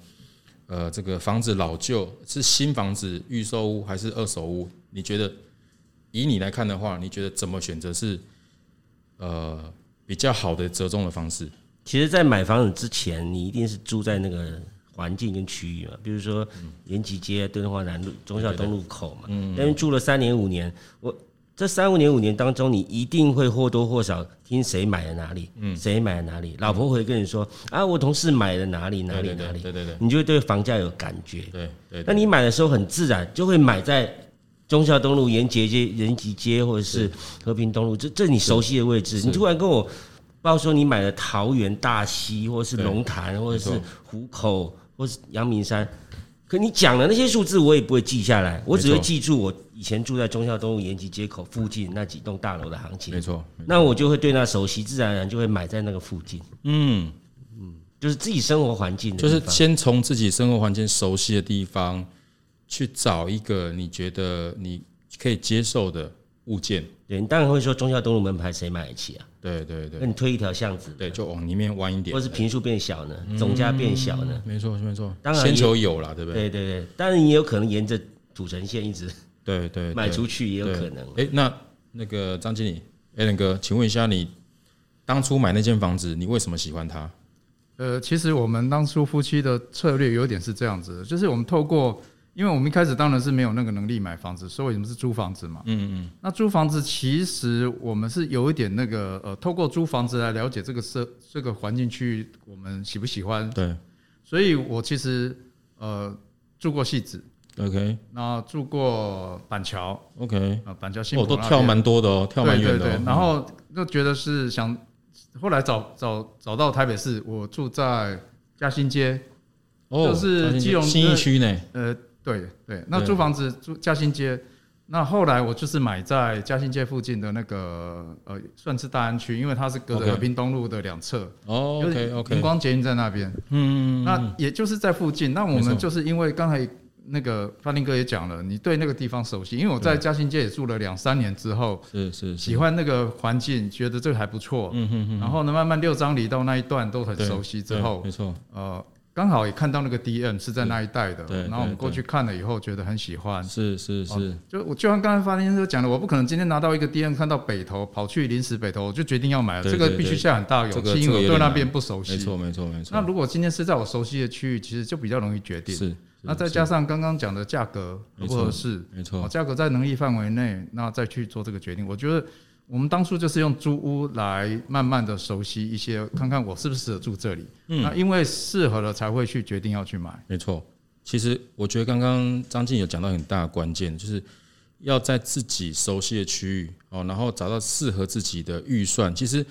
[SPEAKER 1] 呃这个房子老旧是新房子预售屋还是二手屋？你觉得以你来看的话，你觉得怎么选择是呃比较好的折中的方式？
[SPEAKER 3] 其实，在买房子之前，你一定是住在那个环境跟区域嘛，比如说
[SPEAKER 1] 嗯
[SPEAKER 3] 延吉街、啊敦化南路、忠孝东路口嘛，那边住了三年五年，我这三五年五年当中，你一定会或多或少听谁买了哪里，
[SPEAKER 1] 嗯
[SPEAKER 3] 谁买了哪里，老婆会跟你说啊，我同事买了哪里哪里
[SPEAKER 1] 对
[SPEAKER 3] 哪
[SPEAKER 1] 对
[SPEAKER 3] 里，嗯
[SPEAKER 1] 对对对
[SPEAKER 3] 你就会对房价有感觉。
[SPEAKER 1] 对对
[SPEAKER 3] 那
[SPEAKER 1] 对，
[SPEAKER 3] 你买的时候很自然就会买在忠孝东路、延吉街、延吉街或者是和平东路，这这你熟悉的位置。你突然跟我报说你买了桃园大溪，或者是
[SPEAKER 1] 对
[SPEAKER 3] 龙潭，或者
[SPEAKER 1] 没错
[SPEAKER 3] 是湖口，或是阳明山，可你讲的那些数字我也不会记下来，我只
[SPEAKER 1] 没
[SPEAKER 3] 会
[SPEAKER 1] 错
[SPEAKER 3] 记住我以前住在忠孝东路延吉街口附近那几栋大楼的行
[SPEAKER 1] 没
[SPEAKER 3] 情。
[SPEAKER 1] 错，
[SPEAKER 3] 那我就会对那熟悉，自然而然就会买在那个附近，
[SPEAKER 1] 嗯，
[SPEAKER 3] 就是自己生活环境的
[SPEAKER 1] 就是
[SPEAKER 3] 地方
[SPEAKER 1] 先从自己生活环境熟悉的地方去找一个你觉得你可以接受的物件。
[SPEAKER 3] 对，你当然会说忠孝东路门牌谁买得起啊？
[SPEAKER 1] 对对
[SPEAKER 3] 那
[SPEAKER 1] 对
[SPEAKER 3] 你推一条巷子，
[SPEAKER 1] 对，就往里面弯一点
[SPEAKER 3] 嗯
[SPEAKER 1] 嗯
[SPEAKER 3] 或，是平数变小呢，总价变小呢？
[SPEAKER 1] 没错没错，
[SPEAKER 3] 当然
[SPEAKER 1] 先
[SPEAKER 3] 也
[SPEAKER 1] 求有啦，对不对？
[SPEAKER 3] 对对对，当然也有可能沿着土城线一直
[SPEAKER 1] 对对，
[SPEAKER 3] 买
[SPEAKER 1] 对
[SPEAKER 3] 出去，也有
[SPEAKER 1] 对
[SPEAKER 3] 可能。
[SPEAKER 1] 哎、那那个张经理 a l n 哥，请问一下，你当初买那间房子，你为什么喜欢它？
[SPEAKER 2] 呃，其实我们当初夫妻的策略有点是这样子的，就是我们透过，因为我们一开始当然是没有那个能力买房子，所以我们是租房子嘛。嗯嗯。那租房子其实我们是有一点那个呃，透过租房子来了解这个社这个环境区域我们喜不喜欢，
[SPEAKER 1] 对
[SPEAKER 2] 所以我其实呃住过戏子，
[SPEAKER 1] ，OK
[SPEAKER 2] 那住过板桥，
[SPEAKER 1] OK，
[SPEAKER 2] 呃板桥新
[SPEAKER 1] 我、
[SPEAKER 2] 浦
[SPEAKER 1] 哦都
[SPEAKER 2] 那
[SPEAKER 1] 跳
[SPEAKER 2] 边
[SPEAKER 1] 蛮多的哦，跳蛮远
[SPEAKER 2] 对对
[SPEAKER 1] 的、哦
[SPEAKER 2] 对，然后就觉得是想，后来找找找到台北市，我住在嘉兴街。
[SPEAKER 1] 哦，
[SPEAKER 2] 就是
[SPEAKER 1] 张经理
[SPEAKER 2] 基隆
[SPEAKER 1] 新一区呢，
[SPEAKER 2] 呃，对对，那
[SPEAKER 1] 对
[SPEAKER 2] 租房子住嘉兴街，那后来我就是买在嘉兴街附近的那个呃，算是大安区，因为它是隔
[SPEAKER 1] OK
[SPEAKER 2] 着和平东路的两侧
[SPEAKER 1] 哦
[SPEAKER 2] 就
[SPEAKER 1] ，OK
[SPEAKER 2] 是
[SPEAKER 1] OK，
[SPEAKER 2] 灵光捷运在那边，
[SPEAKER 1] 嗯，
[SPEAKER 2] 那也就是在附近。那我
[SPEAKER 1] 没错
[SPEAKER 2] 们就是因为刚才那个范林哥也讲了，你对那个地方熟悉，因为我在嘉兴街也住了两三年之后，
[SPEAKER 1] 是是
[SPEAKER 2] 喜
[SPEAKER 1] 是，
[SPEAKER 2] 欢那个环境，觉得这个还不错，嗯然后呢，慢慢六张里到那一段都很
[SPEAKER 1] 对
[SPEAKER 2] 熟悉之
[SPEAKER 1] 对
[SPEAKER 2] 后，
[SPEAKER 1] 没错，
[SPEAKER 2] 呃，刚好也看到那个 DM 是在那一带的
[SPEAKER 1] 对对，
[SPEAKER 2] 然后我们过去看了以后，觉得很喜欢。
[SPEAKER 1] 是是是，
[SPEAKER 2] 就我就像刚才发言哥讲的，我不可能今天拿到一个 DM 看到北投，跑去临时北投，我就决定要买了。
[SPEAKER 1] 对
[SPEAKER 2] 这个
[SPEAKER 1] 对
[SPEAKER 2] 必须
[SPEAKER 1] 对
[SPEAKER 2] 下很大的
[SPEAKER 1] 这
[SPEAKER 2] 勇
[SPEAKER 1] 个
[SPEAKER 2] 气，
[SPEAKER 1] 这
[SPEAKER 2] 因
[SPEAKER 1] 个
[SPEAKER 2] 为
[SPEAKER 1] 有
[SPEAKER 2] 我对
[SPEAKER 1] 点
[SPEAKER 2] 那
[SPEAKER 1] 难
[SPEAKER 2] 边不熟
[SPEAKER 1] 没
[SPEAKER 2] 悉。
[SPEAKER 1] 错没错没错，
[SPEAKER 2] 那如果今天是在我熟悉的区域，其实就比较容易决定。
[SPEAKER 1] 是是
[SPEAKER 2] 那再加上刚刚讲的价格合
[SPEAKER 1] 没
[SPEAKER 2] 不
[SPEAKER 1] 错
[SPEAKER 2] 合适，
[SPEAKER 1] 没
[SPEAKER 2] 哦，
[SPEAKER 1] 错，
[SPEAKER 2] 价格在能力范围内，那再去做这个决定。我觉得我们当初就是用租屋来慢慢的熟悉一些，看看我适不适合住这里。
[SPEAKER 1] 嗯
[SPEAKER 2] 那因为适合了才会去决定要去买。
[SPEAKER 1] 没错。其实我觉得刚刚张静有讲到很大的关键，就是要在自己熟悉的区域哦，然后找到适合自己的预算。其实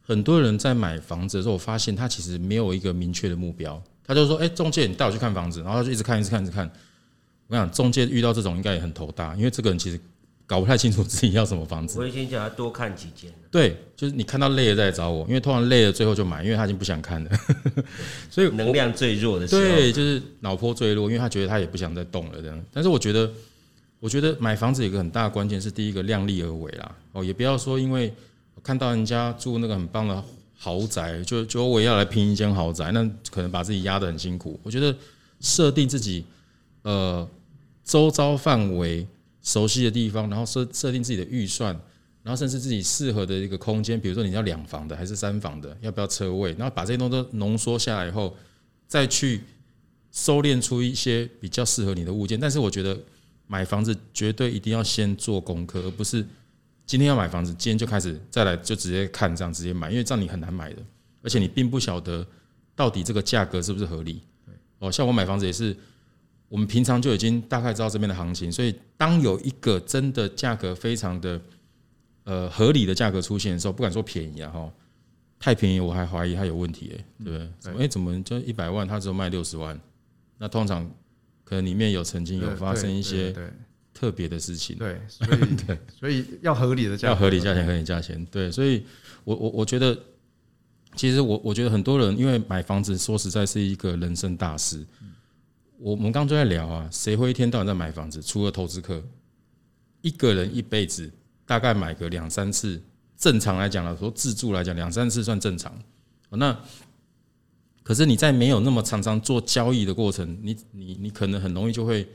[SPEAKER 1] 很多人在买房子的时候，我发现他其实没有一个明确的目标，他就说：“哎、中介，你带我去看房子。”然后他就一直看，一直看，一直看。我跟你讲，中介遇到这种应该也很头大，因为这个人其实搞不太清楚自己要什么房子
[SPEAKER 3] 我。会先叫他多看几间，
[SPEAKER 1] 对，就是你看到累了再来找我，因为通常累了最后就买，因为他已经不想看了。所以
[SPEAKER 3] 能量最弱的时候，
[SPEAKER 1] 对，就是脑波坠落，因为他觉得他也不想再动了这样。但是我觉得，我觉得买房子有一个很大的关键是第一个量力而为啦，哦，也不要说因为我看到人家住那个很棒的豪宅，就就我也要来拼一间豪宅，那可能把自己压得很辛苦。我觉得设定自己呃周遭范围熟悉的地方，然后设设定自己的预算。然后甚至自己适合的一个空间，比如说你要两房的还是三房的，要不要车位？然后把这些东西都浓缩下来以后，再去收敛出一些比较适合你的物件。但是我觉得买房子绝对一定要先做功课，而不是今天要买房子，今天就开始再来就直接看这样直接买，因为这样你很难买的，而且你并不晓得到底这个价格是不是合理。哦，像我买房子也是，我们平常就已经大概知道这边的行情，所以当有一个真的价格非常的呃合理的价格出现的时候，不敢说便宜啊哈，太便宜我还怀疑它有问题哎、对不对？
[SPEAKER 2] 嗯
[SPEAKER 1] 怎么哎、怎么就一百万它只有卖六十万？那通常可能里面有曾经有
[SPEAKER 2] 对
[SPEAKER 1] 发生
[SPEAKER 2] 对
[SPEAKER 1] 一些
[SPEAKER 2] 对
[SPEAKER 1] 特别的事情。
[SPEAKER 2] 对，对
[SPEAKER 1] [laughs]
[SPEAKER 2] 所以所以要合理的价格，
[SPEAKER 1] 要合理价钱，合理价钱。对，所以我我我觉得，其实我我觉得很多人因为买房子，说实在是一个人生大事。我我们刚刚就在聊啊，谁会一天到晚在买房子？除了投资客，一个人一辈子大概买个两三次，正常来讲来说，自住来讲两三次算正常。哦那可是你在没有那么常常做交易的过程，你你你可能很容易就会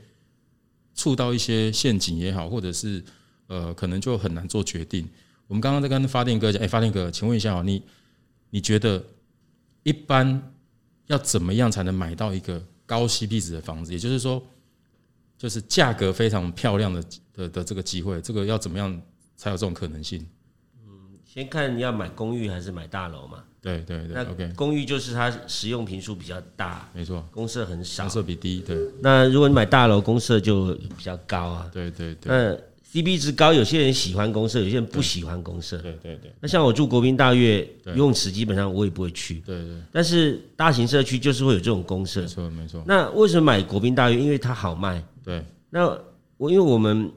[SPEAKER 1] 触到一些陷阱也好，或者是呃，可能就很难做决定。我们刚刚在跟发电哥讲，哎、发电哥，请问一下哦，你你觉得一般要怎么样才能买到一个高 CP 值的房子？也就是说，就是价格非常漂亮的的的这个机会，这个要怎么样才有这种可能性？
[SPEAKER 3] 先看你要买公寓还是买大楼嘛。
[SPEAKER 1] 对对对
[SPEAKER 3] 那
[SPEAKER 1] ，OK，
[SPEAKER 3] 公寓就是它实用频数比较大，
[SPEAKER 1] 没错，
[SPEAKER 3] 公设很少
[SPEAKER 1] 相。色比低，对
[SPEAKER 3] 那如果你买大楼，公设就比较高啊。
[SPEAKER 1] 对对对
[SPEAKER 3] 那 CP 值高，有些人喜欢公社，有些人不喜欢公社。
[SPEAKER 1] 对对对
[SPEAKER 3] 那像我住国宾大悦
[SPEAKER 1] 对
[SPEAKER 3] 游泳池，基本上我也不会去，
[SPEAKER 1] 对对，
[SPEAKER 3] 但是大型社区就是会有这种公社
[SPEAKER 1] 没。错没错，
[SPEAKER 3] 那为什么买国宾大悦？因为它好卖。
[SPEAKER 1] 对
[SPEAKER 3] 那我因为我们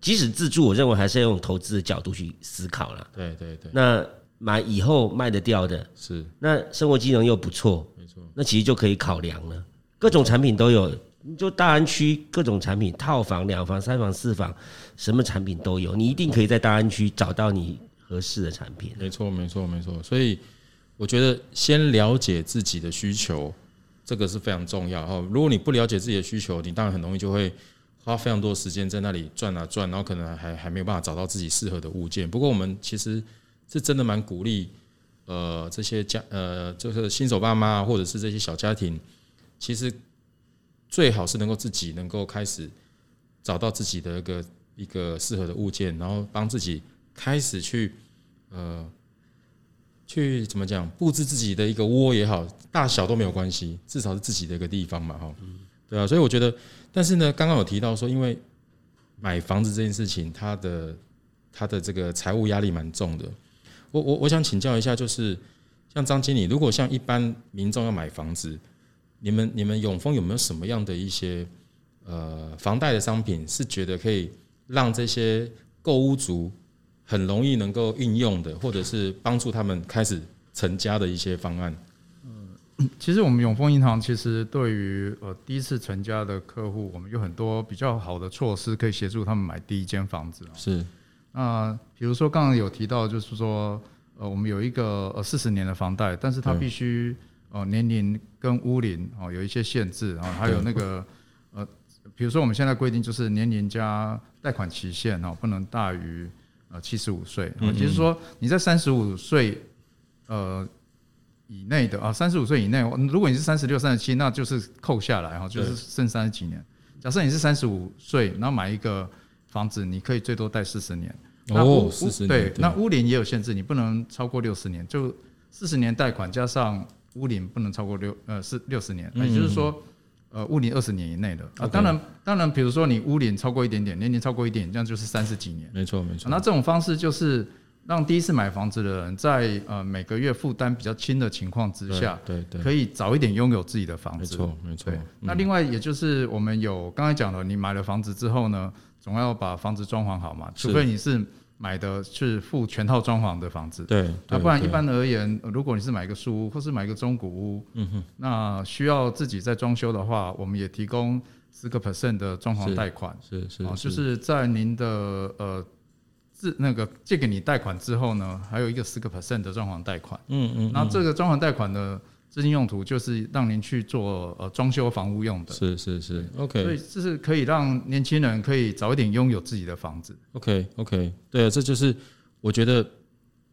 [SPEAKER 3] 即使自住，我认为还是要用投资的角度去思考啦。
[SPEAKER 1] 对对对，
[SPEAKER 3] 那买以后卖得掉的，
[SPEAKER 1] 是
[SPEAKER 3] 那生活机能又不错，
[SPEAKER 1] 没错，
[SPEAKER 3] 那其实就可以考量了。各种产品都有，你就大安区各种产品，套房、两房、三房、四房，什么产品都有，你一定可以在大安区找到你合适的产品。
[SPEAKER 1] 没错，没错，没错。所以我觉得先了解自己的需求，这个是非常重要哦。如果你不了解自己的需求，你当然很容易就会花非常多时间在那里转啊转，然后可能还还没有办法找到自己适合的物件。不过我们其实是真的蛮鼓励，呃，这些家呃，就是新手爸妈或者是这些小家庭，其实最好是能够自己能够开始找到自己的一个一个适合的物件，然后帮自己开始去呃，去怎么讲布置自己的一个窝也好，大小都没有关系，至少是自己的一个地方嘛，哈，对啊，所以我觉得，但是呢，刚刚有提到说，因为买房子这件事情，它的它的这个财务压力蛮重的，我我我想请教一下，就是像张经理，如果像一般民众要买房子，你们你们永丰有没有什么样的一些呃房贷的商品，是觉得可以让这些购屋族很容易能够运用的，或者是帮助他们开始成家的一些方案。
[SPEAKER 2] 其实我们永丰银行其实对于呃第一次成家的客户，我们有很多比较好的措施可以协助他们买第一间房子啊。
[SPEAKER 1] 是
[SPEAKER 2] 那比如说刚刚有提到，就是说呃我们有一个呃四十年的房贷，但是它必须呃年龄跟屋龄哦有一些限制啊，还有那个呃比如说我们现在规定就是年龄加贷款期限哦不能大于呃七十五岁，也就是说你在三十五岁呃以内的啊，三十五岁以内，如果你是三十六、三十七，那就是扣下来哈，就是剩三十几年。假设你是三十五岁，然后买一个房子，你可以最多贷四十年。那屋
[SPEAKER 1] 哦，四十
[SPEAKER 2] 对
[SPEAKER 1] 年，，
[SPEAKER 2] 那屋龄也有限制，你不能超过六十年，就四十年贷款加上屋龄不能超过六呃是六十年，也就是说呃屋龄二十年以内的啊。
[SPEAKER 1] 嗯 OK
[SPEAKER 2] 当然，当然，比如说你屋龄超过一点点，年龄超过一点，这样就是三十几年。
[SPEAKER 1] 没错没错，
[SPEAKER 2] 那这种方式就是让第一次买房子的人在呃每个月负担比较轻的情况之
[SPEAKER 1] 对
[SPEAKER 2] 下，
[SPEAKER 1] 对对，
[SPEAKER 2] 可以早一点拥有自己的房
[SPEAKER 1] 没
[SPEAKER 2] 子。
[SPEAKER 1] 错没错
[SPEAKER 2] 对，，那另外也就是我们有刚才讲了，你买了房子之后呢，总要把房子装潢好嘛，
[SPEAKER 1] 是
[SPEAKER 2] 除非你是买的是付全套装潢的房子。
[SPEAKER 1] 对，对
[SPEAKER 2] 那不然一
[SPEAKER 1] 对
[SPEAKER 2] 般而言，呃如果你是买一个书屋或是买一个中古屋，嗯哼，那需要自己再装修的话，我们也提供十个 percent 的装潢
[SPEAKER 1] 是
[SPEAKER 2] 贷款。
[SPEAKER 1] 是哦是
[SPEAKER 2] 啊，就是在您的呃自那个借给你贷款之后呢，还有一个十个 percent 的装潢贷款。
[SPEAKER 1] 嗯嗯
[SPEAKER 2] 那这个装潢贷款的资金用途就是让您去做呃装修房屋用的，
[SPEAKER 1] 是是是
[SPEAKER 2] 所
[SPEAKER 1] ，OK
[SPEAKER 2] 以这是可以让年轻人可以早一点拥有自己的房子。
[SPEAKER 1] OK OK，对啊，这就是我觉得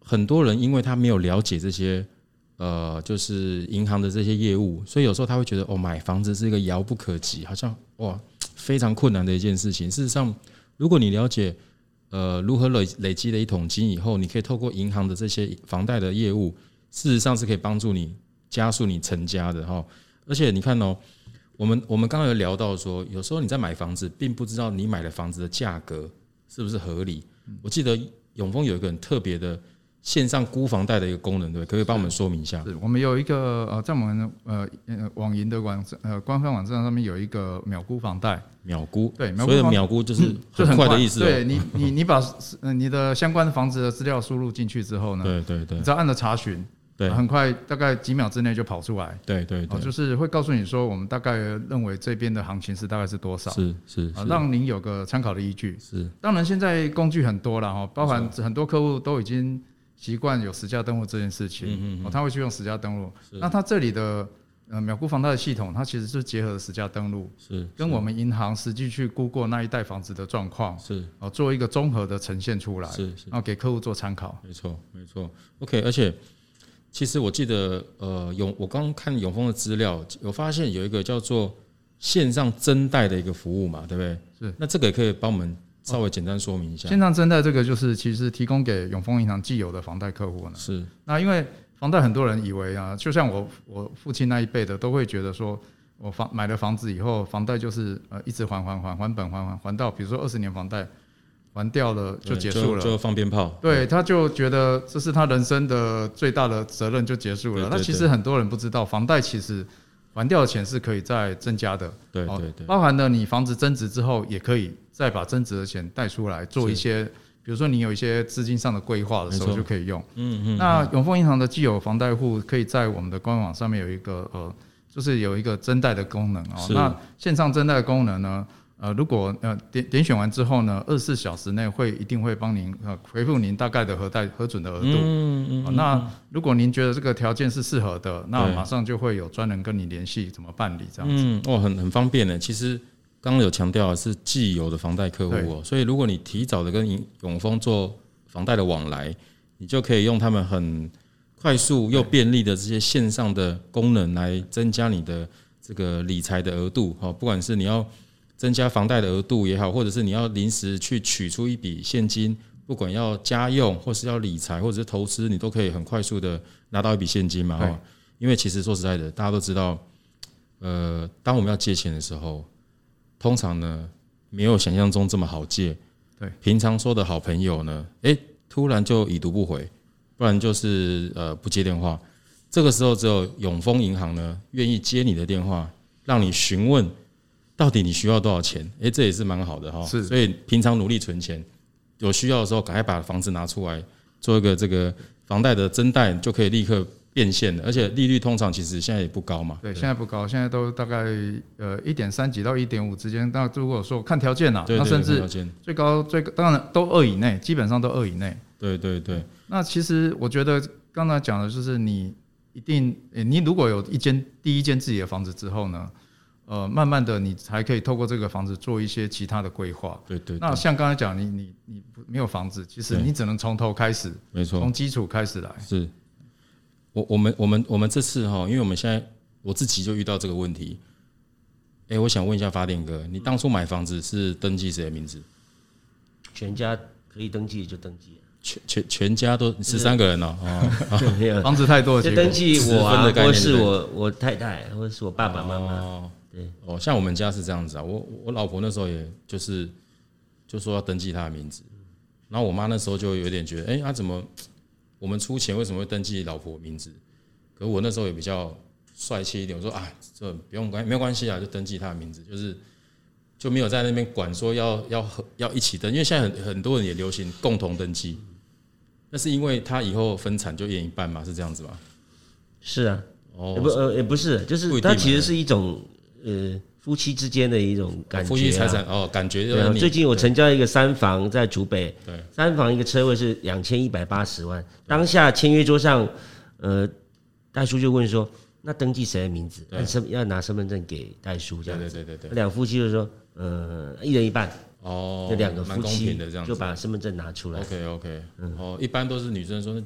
[SPEAKER 1] 很多人因为他没有了解这些。呃，就是银行的这些业务，所以有时候他会觉得哦，买房子是一个遥不可及，好像哇非常困难的一件事情。事实上，如果你了解呃如何累累积了一桶金以后，你可以透过银行的这些房贷的业务，事实上是可以帮助你加速你成家的哈。而且你看哦，我我们我们刚刚有聊到说，有时候你在买房子，并不知道你买的房子的价格是不是合理。
[SPEAKER 2] 嗯
[SPEAKER 1] 我记得永丰有一个很特别的线上估房贷的一个功能，对不对，可不可以帮我们说明一下？
[SPEAKER 2] 是我们有一个呃，在我们呃呃网银的网站呃官方网站上面有一个秒估房贷，
[SPEAKER 1] 秒估，
[SPEAKER 2] 对秒
[SPEAKER 1] 所
[SPEAKER 2] 估
[SPEAKER 1] 谓的
[SPEAKER 2] 房嗯
[SPEAKER 1] 秒估就是
[SPEAKER 2] 就
[SPEAKER 1] 很
[SPEAKER 2] 快
[SPEAKER 1] 快的意思哦。
[SPEAKER 2] 对你你你把呃你的相关的房子的资料输入进去之后呢，
[SPEAKER 1] 对对对
[SPEAKER 2] 你只要按了查询，
[SPEAKER 1] 对
[SPEAKER 2] 很快大概几秒之内就跑出来，
[SPEAKER 1] 对对
[SPEAKER 2] 哦，
[SPEAKER 1] 对，
[SPEAKER 2] 就是会告诉你说我们大概认为这边的行情是大概是多少，
[SPEAKER 1] 是是
[SPEAKER 2] 啊，
[SPEAKER 1] 是
[SPEAKER 2] 让您有个参考的依据。
[SPEAKER 1] 是，
[SPEAKER 2] 当然，现在工具很多了哈，包含很多客户都已经习惯有实价登录这件事
[SPEAKER 1] 嗯
[SPEAKER 2] 情，哦，他会去用实价登录。那他这里的呃秒估房贷的系统，它其实是结合实价登录
[SPEAKER 1] 是
[SPEAKER 2] 跟我们银行实际去估过那一带房子的状况，
[SPEAKER 1] 是
[SPEAKER 2] 哦，做一个综合的呈现出来，
[SPEAKER 1] 是是
[SPEAKER 2] 然后给客户做参考。
[SPEAKER 1] 没错，没错。OK，而且其实我记得，呃，永我刚看永丰的资料，有发现有一个叫做线上增贷的一个服务嘛，对不对？
[SPEAKER 2] 是。
[SPEAKER 1] 那这个也可以帮我们稍微简单说明一下。
[SPEAKER 2] 线上征贷这个就是其实提供给永丰银行既有的房贷客户呢，
[SPEAKER 1] 是
[SPEAKER 2] 那因为房贷很多人以为啊，就像我我父亲那一辈的都会觉得说，我房买了房子以后，房贷就是呃一直还还还还本还还还到，比如说二十年房贷还掉了就
[SPEAKER 1] 对
[SPEAKER 2] 结束
[SPEAKER 1] 就
[SPEAKER 2] 了。
[SPEAKER 1] 放鞭炮。
[SPEAKER 2] 对，他就觉得这是他人生的最大的责任，就结束
[SPEAKER 1] 对
[SPEAKER 2] 了。
[SPEAKER 1] 对
[SPEAKER 2] 那其实很多人不知道，房贷其实还掉的钱是可以再增加的，
[SPEAKER 1] 对
[SPEAKER 2] 哦
[SPEAKER 1] 对对，
[SPEAKER 2] 包含了你房子增值之后，也可以再把增值的钱贷出来做一些，比如说你有一些资金上的规划的时
[SPEAKER 1] 没
[SPEAKER 2] 候
[SPEAKER 1] 错
[SPEAKER 2] 就可以用。
[SPEAKER 1] 嗯嗯，
[SPEAKER 2] 那永丰银行的既有房贷户可以在我们的官网上面有一个呃，就是有一个增贷的功能哦。
[SPEAKER 1] 是
[SPEAKER 2] 那线上增贷的功能呢，呃，如果呃点点选完之后呢，二十四小时内会一定会帮您呃回复您大概的核贷核准的额度。
[SPEAKER 1] 嗯嗯
[SPEAKER 2] 哦那如果您觉得这个条件是适合的，那
[SPEAKER 1] 对
[SPEAKER 2] 马上就会有专人跟你联系怎么办理这样子。
[SPEAKER 1] 嗯，哇，很很方便呢。其实刚刚有强调啊是既有的房贷客户哦，所以如果你提早的跟永永丰做房贷的往来，你就可以用他们很快速又便利的这些线上的功能来增加你的这个理财的额度哦，不管是你要增加房贷的额度也好，或者是你要临时去取出一笔现金。不管要家用，或是要理财，或者是投资，你都可以很快速的拿到一笔现金嘛，
[SPEAKER 2] 对
[SPEAKER 1] 哈。因为其实说实在的，大家都知道，呃，当我们要借钱的时候，通常呢没有想象中这么好借。
[SPEAKER 2] 对，
[SPEAKER 1] 平常说的好朋友呢，诶，突然就已读不回，不然就是呃不接电话。这个时候只有永丰银行呢愿意接你的电话，让你询问到底你需要多少钱。诶，这也是蛮好的哈。
[SPEAKER 2] 是
[SPEAKER 1] 所以平常努力存钱，有需要的时候赶快把房子拿出来做一个这个房贷的增贷，就可以立刻变现了。而且利率通常其实现在也不高嘛。
[SPEAKER 2] 对，现在不高，现在都大概呃一点三几到一点五之间。那如果说看条件啦、
[SPEAKER 1] 对
[SPEAKER 2] 啊
[SPEAKER 1] 对
[SPEAKER 2] 那甚
[SPEAKER 1] 对，
[SPEAKER 2] 至
[SPEAKER 1] 条件
[SPEAKER 2] 最高最高当然都二以内，基本上都二以内。
[SPEAKER 1] 对对对，
[SPEAKER 2] 那其实我觉得刚才讲的就是你一定，呃你如果有一间第一间自己的房子之后呢，呃，慢慢的你才可以透过这个房子做一些其他的规划。
[SPEAKER 1] 对对对，
[SPEAKER 2] 那像刚才讲，你你你不没有房子，其实
[SPEAKER 1] 对
[SPEAKER 2] 你只能从头开始，
[SPEAKER 1] 没错。
[SPEAKER 2] 从基础开始来。
[SPEAKER 1] 是，我我们我们我们这次哈，因为我们现在我自己就遇到这个问题。哎、我想问一下发电哥，你当初买房子是登记谁的名字？
[SPEAKER 3] 全家可以登记就登记，
[SPEAKER 1] 全全全家都十三个人哦、哦，
[SPEAKER 3] 没有
[SPEAKER 2] 房子太多的
[SPEAKER 3] 就
[SPEAKER 2] 结果
[SPEAKER 3] 登记我
[SPEAKER 1] 十分
[SPEAKER 3] 啊，
[SPEAKER 1] 的概念
[SPEAKER 3] 或是我我太太，或是我爸爸妈妈。
[SPEAKER 1] 哦，
[SPEAKER 3] 对
[SPEAKER 1] 哦，像我们家是这样子啊，我我老婆那时候也就是就说要登记她的名字，然后我妈那时候就有点觉得，哎、她、怎么我们出钱为什么会登记老婆的名字？可我那时候也比较帅气一点，我说啊，这不用关没有关系啊，就登记她的名字，就是就没有在那边管说要要合要一起登，因为现在很很多人也流行共同登记。那是因为她以后分产就一人一半嘛，是这样子吗？
[SPEAKER 3] 是啊，
[SPEAKER 1] 哦
[SPEAKER 3] 也，不呃也不是，就
[SPEAKER 1] 不
[SPEAKER 3] 是
[SPEAKER 1] 一定啊嘛
[SPEAKER 3] 它其实是一种呃夫妻之间的一种感觉、啊。
[SPEAKER 1] 夫妻财产哦，感觉就
[SPEAKER 3] 对
[SPEAKER 1] 是
[SPEAKER 3] 啊，
[SPEAKER 1] 你
[SPEAKER 3] 最近我成交一个三房在竹北，
[SPEAKER 1] 对，
[SPEAKER 3] 三房一个车位是两千一百八十万。当下签约桌上，呃，代叔就问说：“那登记谁的名字？那身要拿身份证给代叔这
[SPEAKER 1] 对
[SPEAKER 3] 样
[SPEAKER 1] 对
[SPEAKER 3] 子。
[SPEAKER 1] 对对”对，
[SPEAKER 3] 两夫妻就说：“呃，一人一半，
[SPEAKER 1] 哦，
[SPEAKER 3] 就两个
[SPEAKER 1] 蛮
[SPEAKER 3] 夫
[SPEAKER 1] 公
[SPEAKER 3] 妻
[SPEAKER 1] 平的这样
[SPEAKER 3] 就
[SPEAKER 1] 子。
[SPEAKER 3] 把身份证拿出来。嗯
[SPEAKER 1] OK OK，哦，一般都是女生说，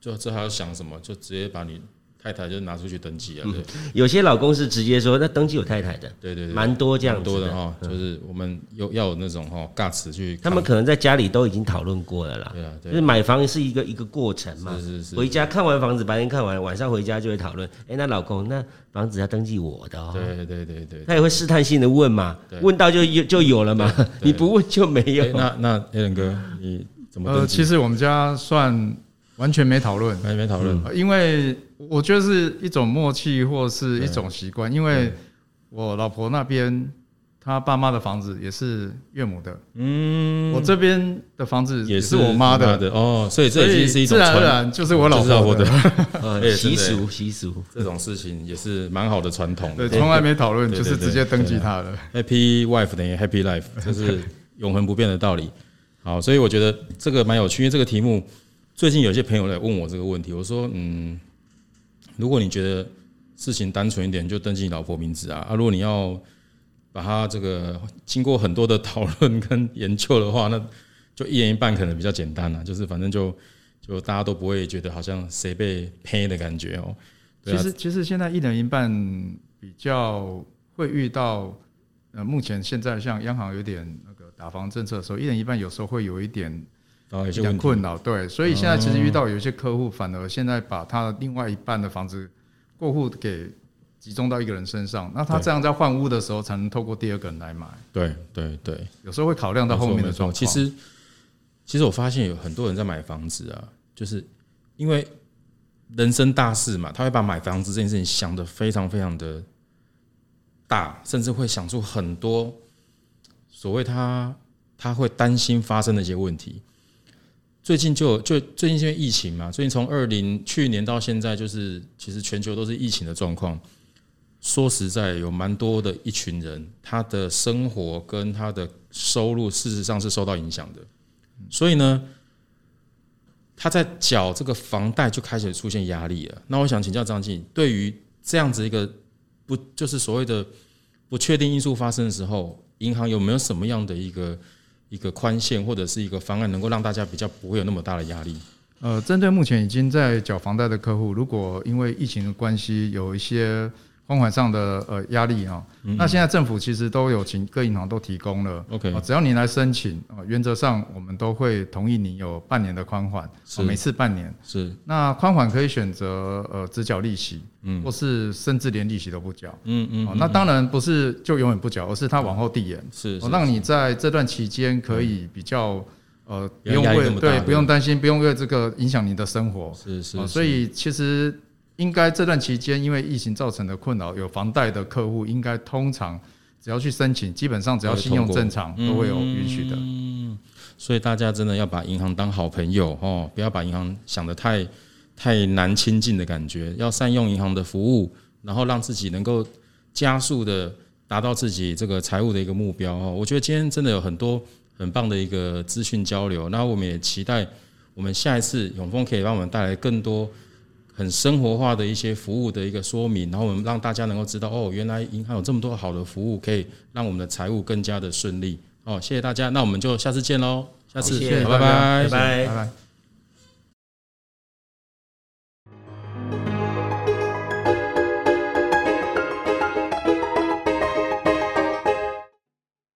[SPEAKER 1] 就这还要想什么，就直接把你太太就拿出去登
[SPEAKER 3] 嗯
[SPEAKER 1] 记啊，对
[SPEAKER 3] 有些老公是直接说，那登记有太太的，
[SPEAKER 1] 对对对，
[SPEAKER 3] 蛮多这样
[SPEAKER 1] 蛮
[SPEAKER 3] 子
[SPEAKER 1] 多的哦
[SPEAKER 3] 的。
[SPEAKER 1] 哈，
[SPEAKER 3] 嗯
[SPEAKER 1] 就是我们有要有那种哈尬词去
[SPEAKER 3] 他
[SPEAKER 1] 扛，
[SPEAKER 3] 们可能在家里都已经讨论过了啦，
[SPEAKER 1] 对啊
[SPEAKER 3] 就
[SPEAKER 1] 对
[SPEAKER 3] 是买房是一个一个过程嘛
[SPEAKER 1] 是。是是，
[SPEAKER 3] 回家看完房子，白天看完，晚上回家就会讨论。哎，那老公，那房子要登记我的哦。
[SPEAKER 1] 对对对对。
[SPEAKER 3] 他也会试探性的问嘛，问到就有就有了嘛，你不问就没
[SPEAKER 1] 哎
[SPEAKER 3] 有。
[SPEAKER 1] 那那 a l 哥，你怎么
[SPEAKER 2] 呃，
[SPEAKER 1] 登
[SPEAKER 2] 其
[SPEAKER 1] 记？
[SPEAKER 2] 实我们家算完全没讨论，
[SPEAKER 1] 还没讨论，
[SPEAKER 2] 呃因为我觉得是一种默契或是一种习惯，因为我老婆那边她爸妈的房子也是岳母的，嗯，我这边的房子
[SPEAKER 1] 也
[SPEAKER 2] 是我妈
[SPEAKER 1] 的
[SPEAKER 2] 的，
[SPEAKER 1] 哦，所以
[SPEAKER 2] 所
[SPEAKER 1] 这已
[SPEAKER 2] 以
[SPEAKER 1] 经是一
[SPEAKER 2] 自
[SPEAKER 1] 种
[SPEAKER 2] 然而
[SPEAKER 1] 传，
[SPEAKER 2] 然就是我老
[SPEAKER 1] 就是老
[SPEAKER 2] 婆
[SPEAKER 1] 婆的
[SPEAKER 2] 的，
[SPEAKER 1] 哎
[SPEAKER 3] 呃，
[SPEAKER 1] 真
[SPEAKER 3] 习
[SPEAKER 1] 的
[SPEAKER 3] 俗习俗，
[SPEAKER 1] 这种事情也是蛮好的传统。
[SPEAKER 2] 对，从来没讨论，
[SPEAKER 1] 对
[SPEAKER 2] 就
[SPEAKER 1] 对
[SPEAKER 2] 是直接登记她了。
[SPEAKER 1] Happy wife 等于 Happy life，这是永恒不变的道理。 [laughs] 好，所以我觉得这个蛮有趣，因为这个题目最近有些朋友来问我这个问题，我说嗯，如果你觉得事情单纯一点，你就登记你老婆名字啊。啊，如果你要把它这个经过很多的讨论跟研究的话，那就一人一半可能比较简单了、就是反正就就大家都不会觉得好像谁被呸的感觉哦、对
[SPEAKER 2] 其
[SPEAKER 1] 啊
[SPEAKER 2] 实其实现在一人一半比较会遇到，呃，目前现在像央行有点那个打房政策的时候，一人一半有时候会有一点
[SPEAKER 1] 然后有些
[SPEAKER 2] 比
[SPEAKER 1] 问
[SPEAKER 2] 较
[SPEAKER 1] 题哦
[SPEAKER 2] 困扰，对，所以现在其实遇到有一些客户，反而现在把他另外一半的房子过户给集中到一个人身上，那他
[SPEAKER 1] 对
[SPEAKER 2] 这样在换屋的时候才能透过第二个人来买，
[SPEAKER 1] 对对对，
[SPEAKER 2] 有时候会考量到后面的
[SPEAKER 1] 没错
[SPEAKER 2] 状
[SPEAKER 1] 没错其
[SPEAKER 2] 况。
[SPEAKER 1] 实，其实我发现有很多人在买房子啊，就是因为人生大事嘛，他会把买房子这件事情想得非常非常的大，甚至会想出很多所谓他他会担心发生的一些问题。最近就有就最近因为疫情嘛，最近从二零去年到现在，就是其实全球都是疫情的状况。说实在，有蛮多的一群人，他的生活跟他的收入事实上是受到影响的，所以呢，他在缴这个房贷就开始出现压力了。那我想请教张静，对于这样子一个不就是所谓的不确定因素发生的时候，银行有没有什么样的一个一个宽限或者是一个方案，能够让大家比较不会有那么大的压力？
[SPEAKER 2] 呃，针对目前已经在缴房贷的客户，如果因为疫情的关系有一些还款上的呃压力啊、那现在政府其实都有请各银行都提供了
[SPEAKER 1] 嗯 OK
[SPEAKER 2] 哦只要你来申请，哦原则上我们都会同意你有半年的宽缓，
[SPEAKER 1] 是
[SPEAKER 2] 哦每次半年。
[SPEAKER 1] 是
[SPEAKER 2] 那宽缓可以选择呃只缴利息，嗯，或是甚至连利息都不缴，嗯嗯。哦，那当然不是就永远不缴，而是它往后递延，
[SPEAKER 1] 是
[SPEAKER 2] 哦，让你在这段期间可以比较呃
[SPEAKER 1] 不
[SPEAKER 2] 不
[SPEAKER 1] 要嗯
[SPEAKER 2] 用
[SPEAKER 1] 压力那
[SPEAKER 2] 为
[SPEAKER 1] 么大
[SPEAKER 2] 对
[SPEAKER 1] 对
[SPEAKER 2] 不用担心，不用为这个影响你的生活。
[SPEAKER 1] 是是
[SPEAKER 2] 哦，所以其实应该这段期间因为疫情造成的困扰，有房贷的客户应该通常只要去申请，基本上只要信用正常
[SPEAKER 1] 嗯
[SPEAKER 2] 都会有允许的。
[SPEAKER 1] 所以大家真的要把银行当好朋友哦，不要把银行想得太太难亲近的感觉，要善用银行的服务，然后让自己能够加速的达到自己这个财务的一个目标哦。我觉得今天真的有很多很棒的一个资讯交流，那我们也期待我们下一次永丰可以帮我们带来更多。很生活化的一些服务的一个说明，然后我们让大家能够知道哦，原来银行有这么多好的服务，可以让我们的财务更加的顺利哦。谢谢大家，那我们就下次见喽，下次
[SPEAKER 3] 好谢谢
[SPEAKER 1] 好拜
[SPEAKER 2] 大家
[SPEAKER 1] 拜
[SPEAKER 3] 拜。
[SPEAKER 2] 拜。
[SPEAKER 3] 拜
[SPEAKER 2] 拜。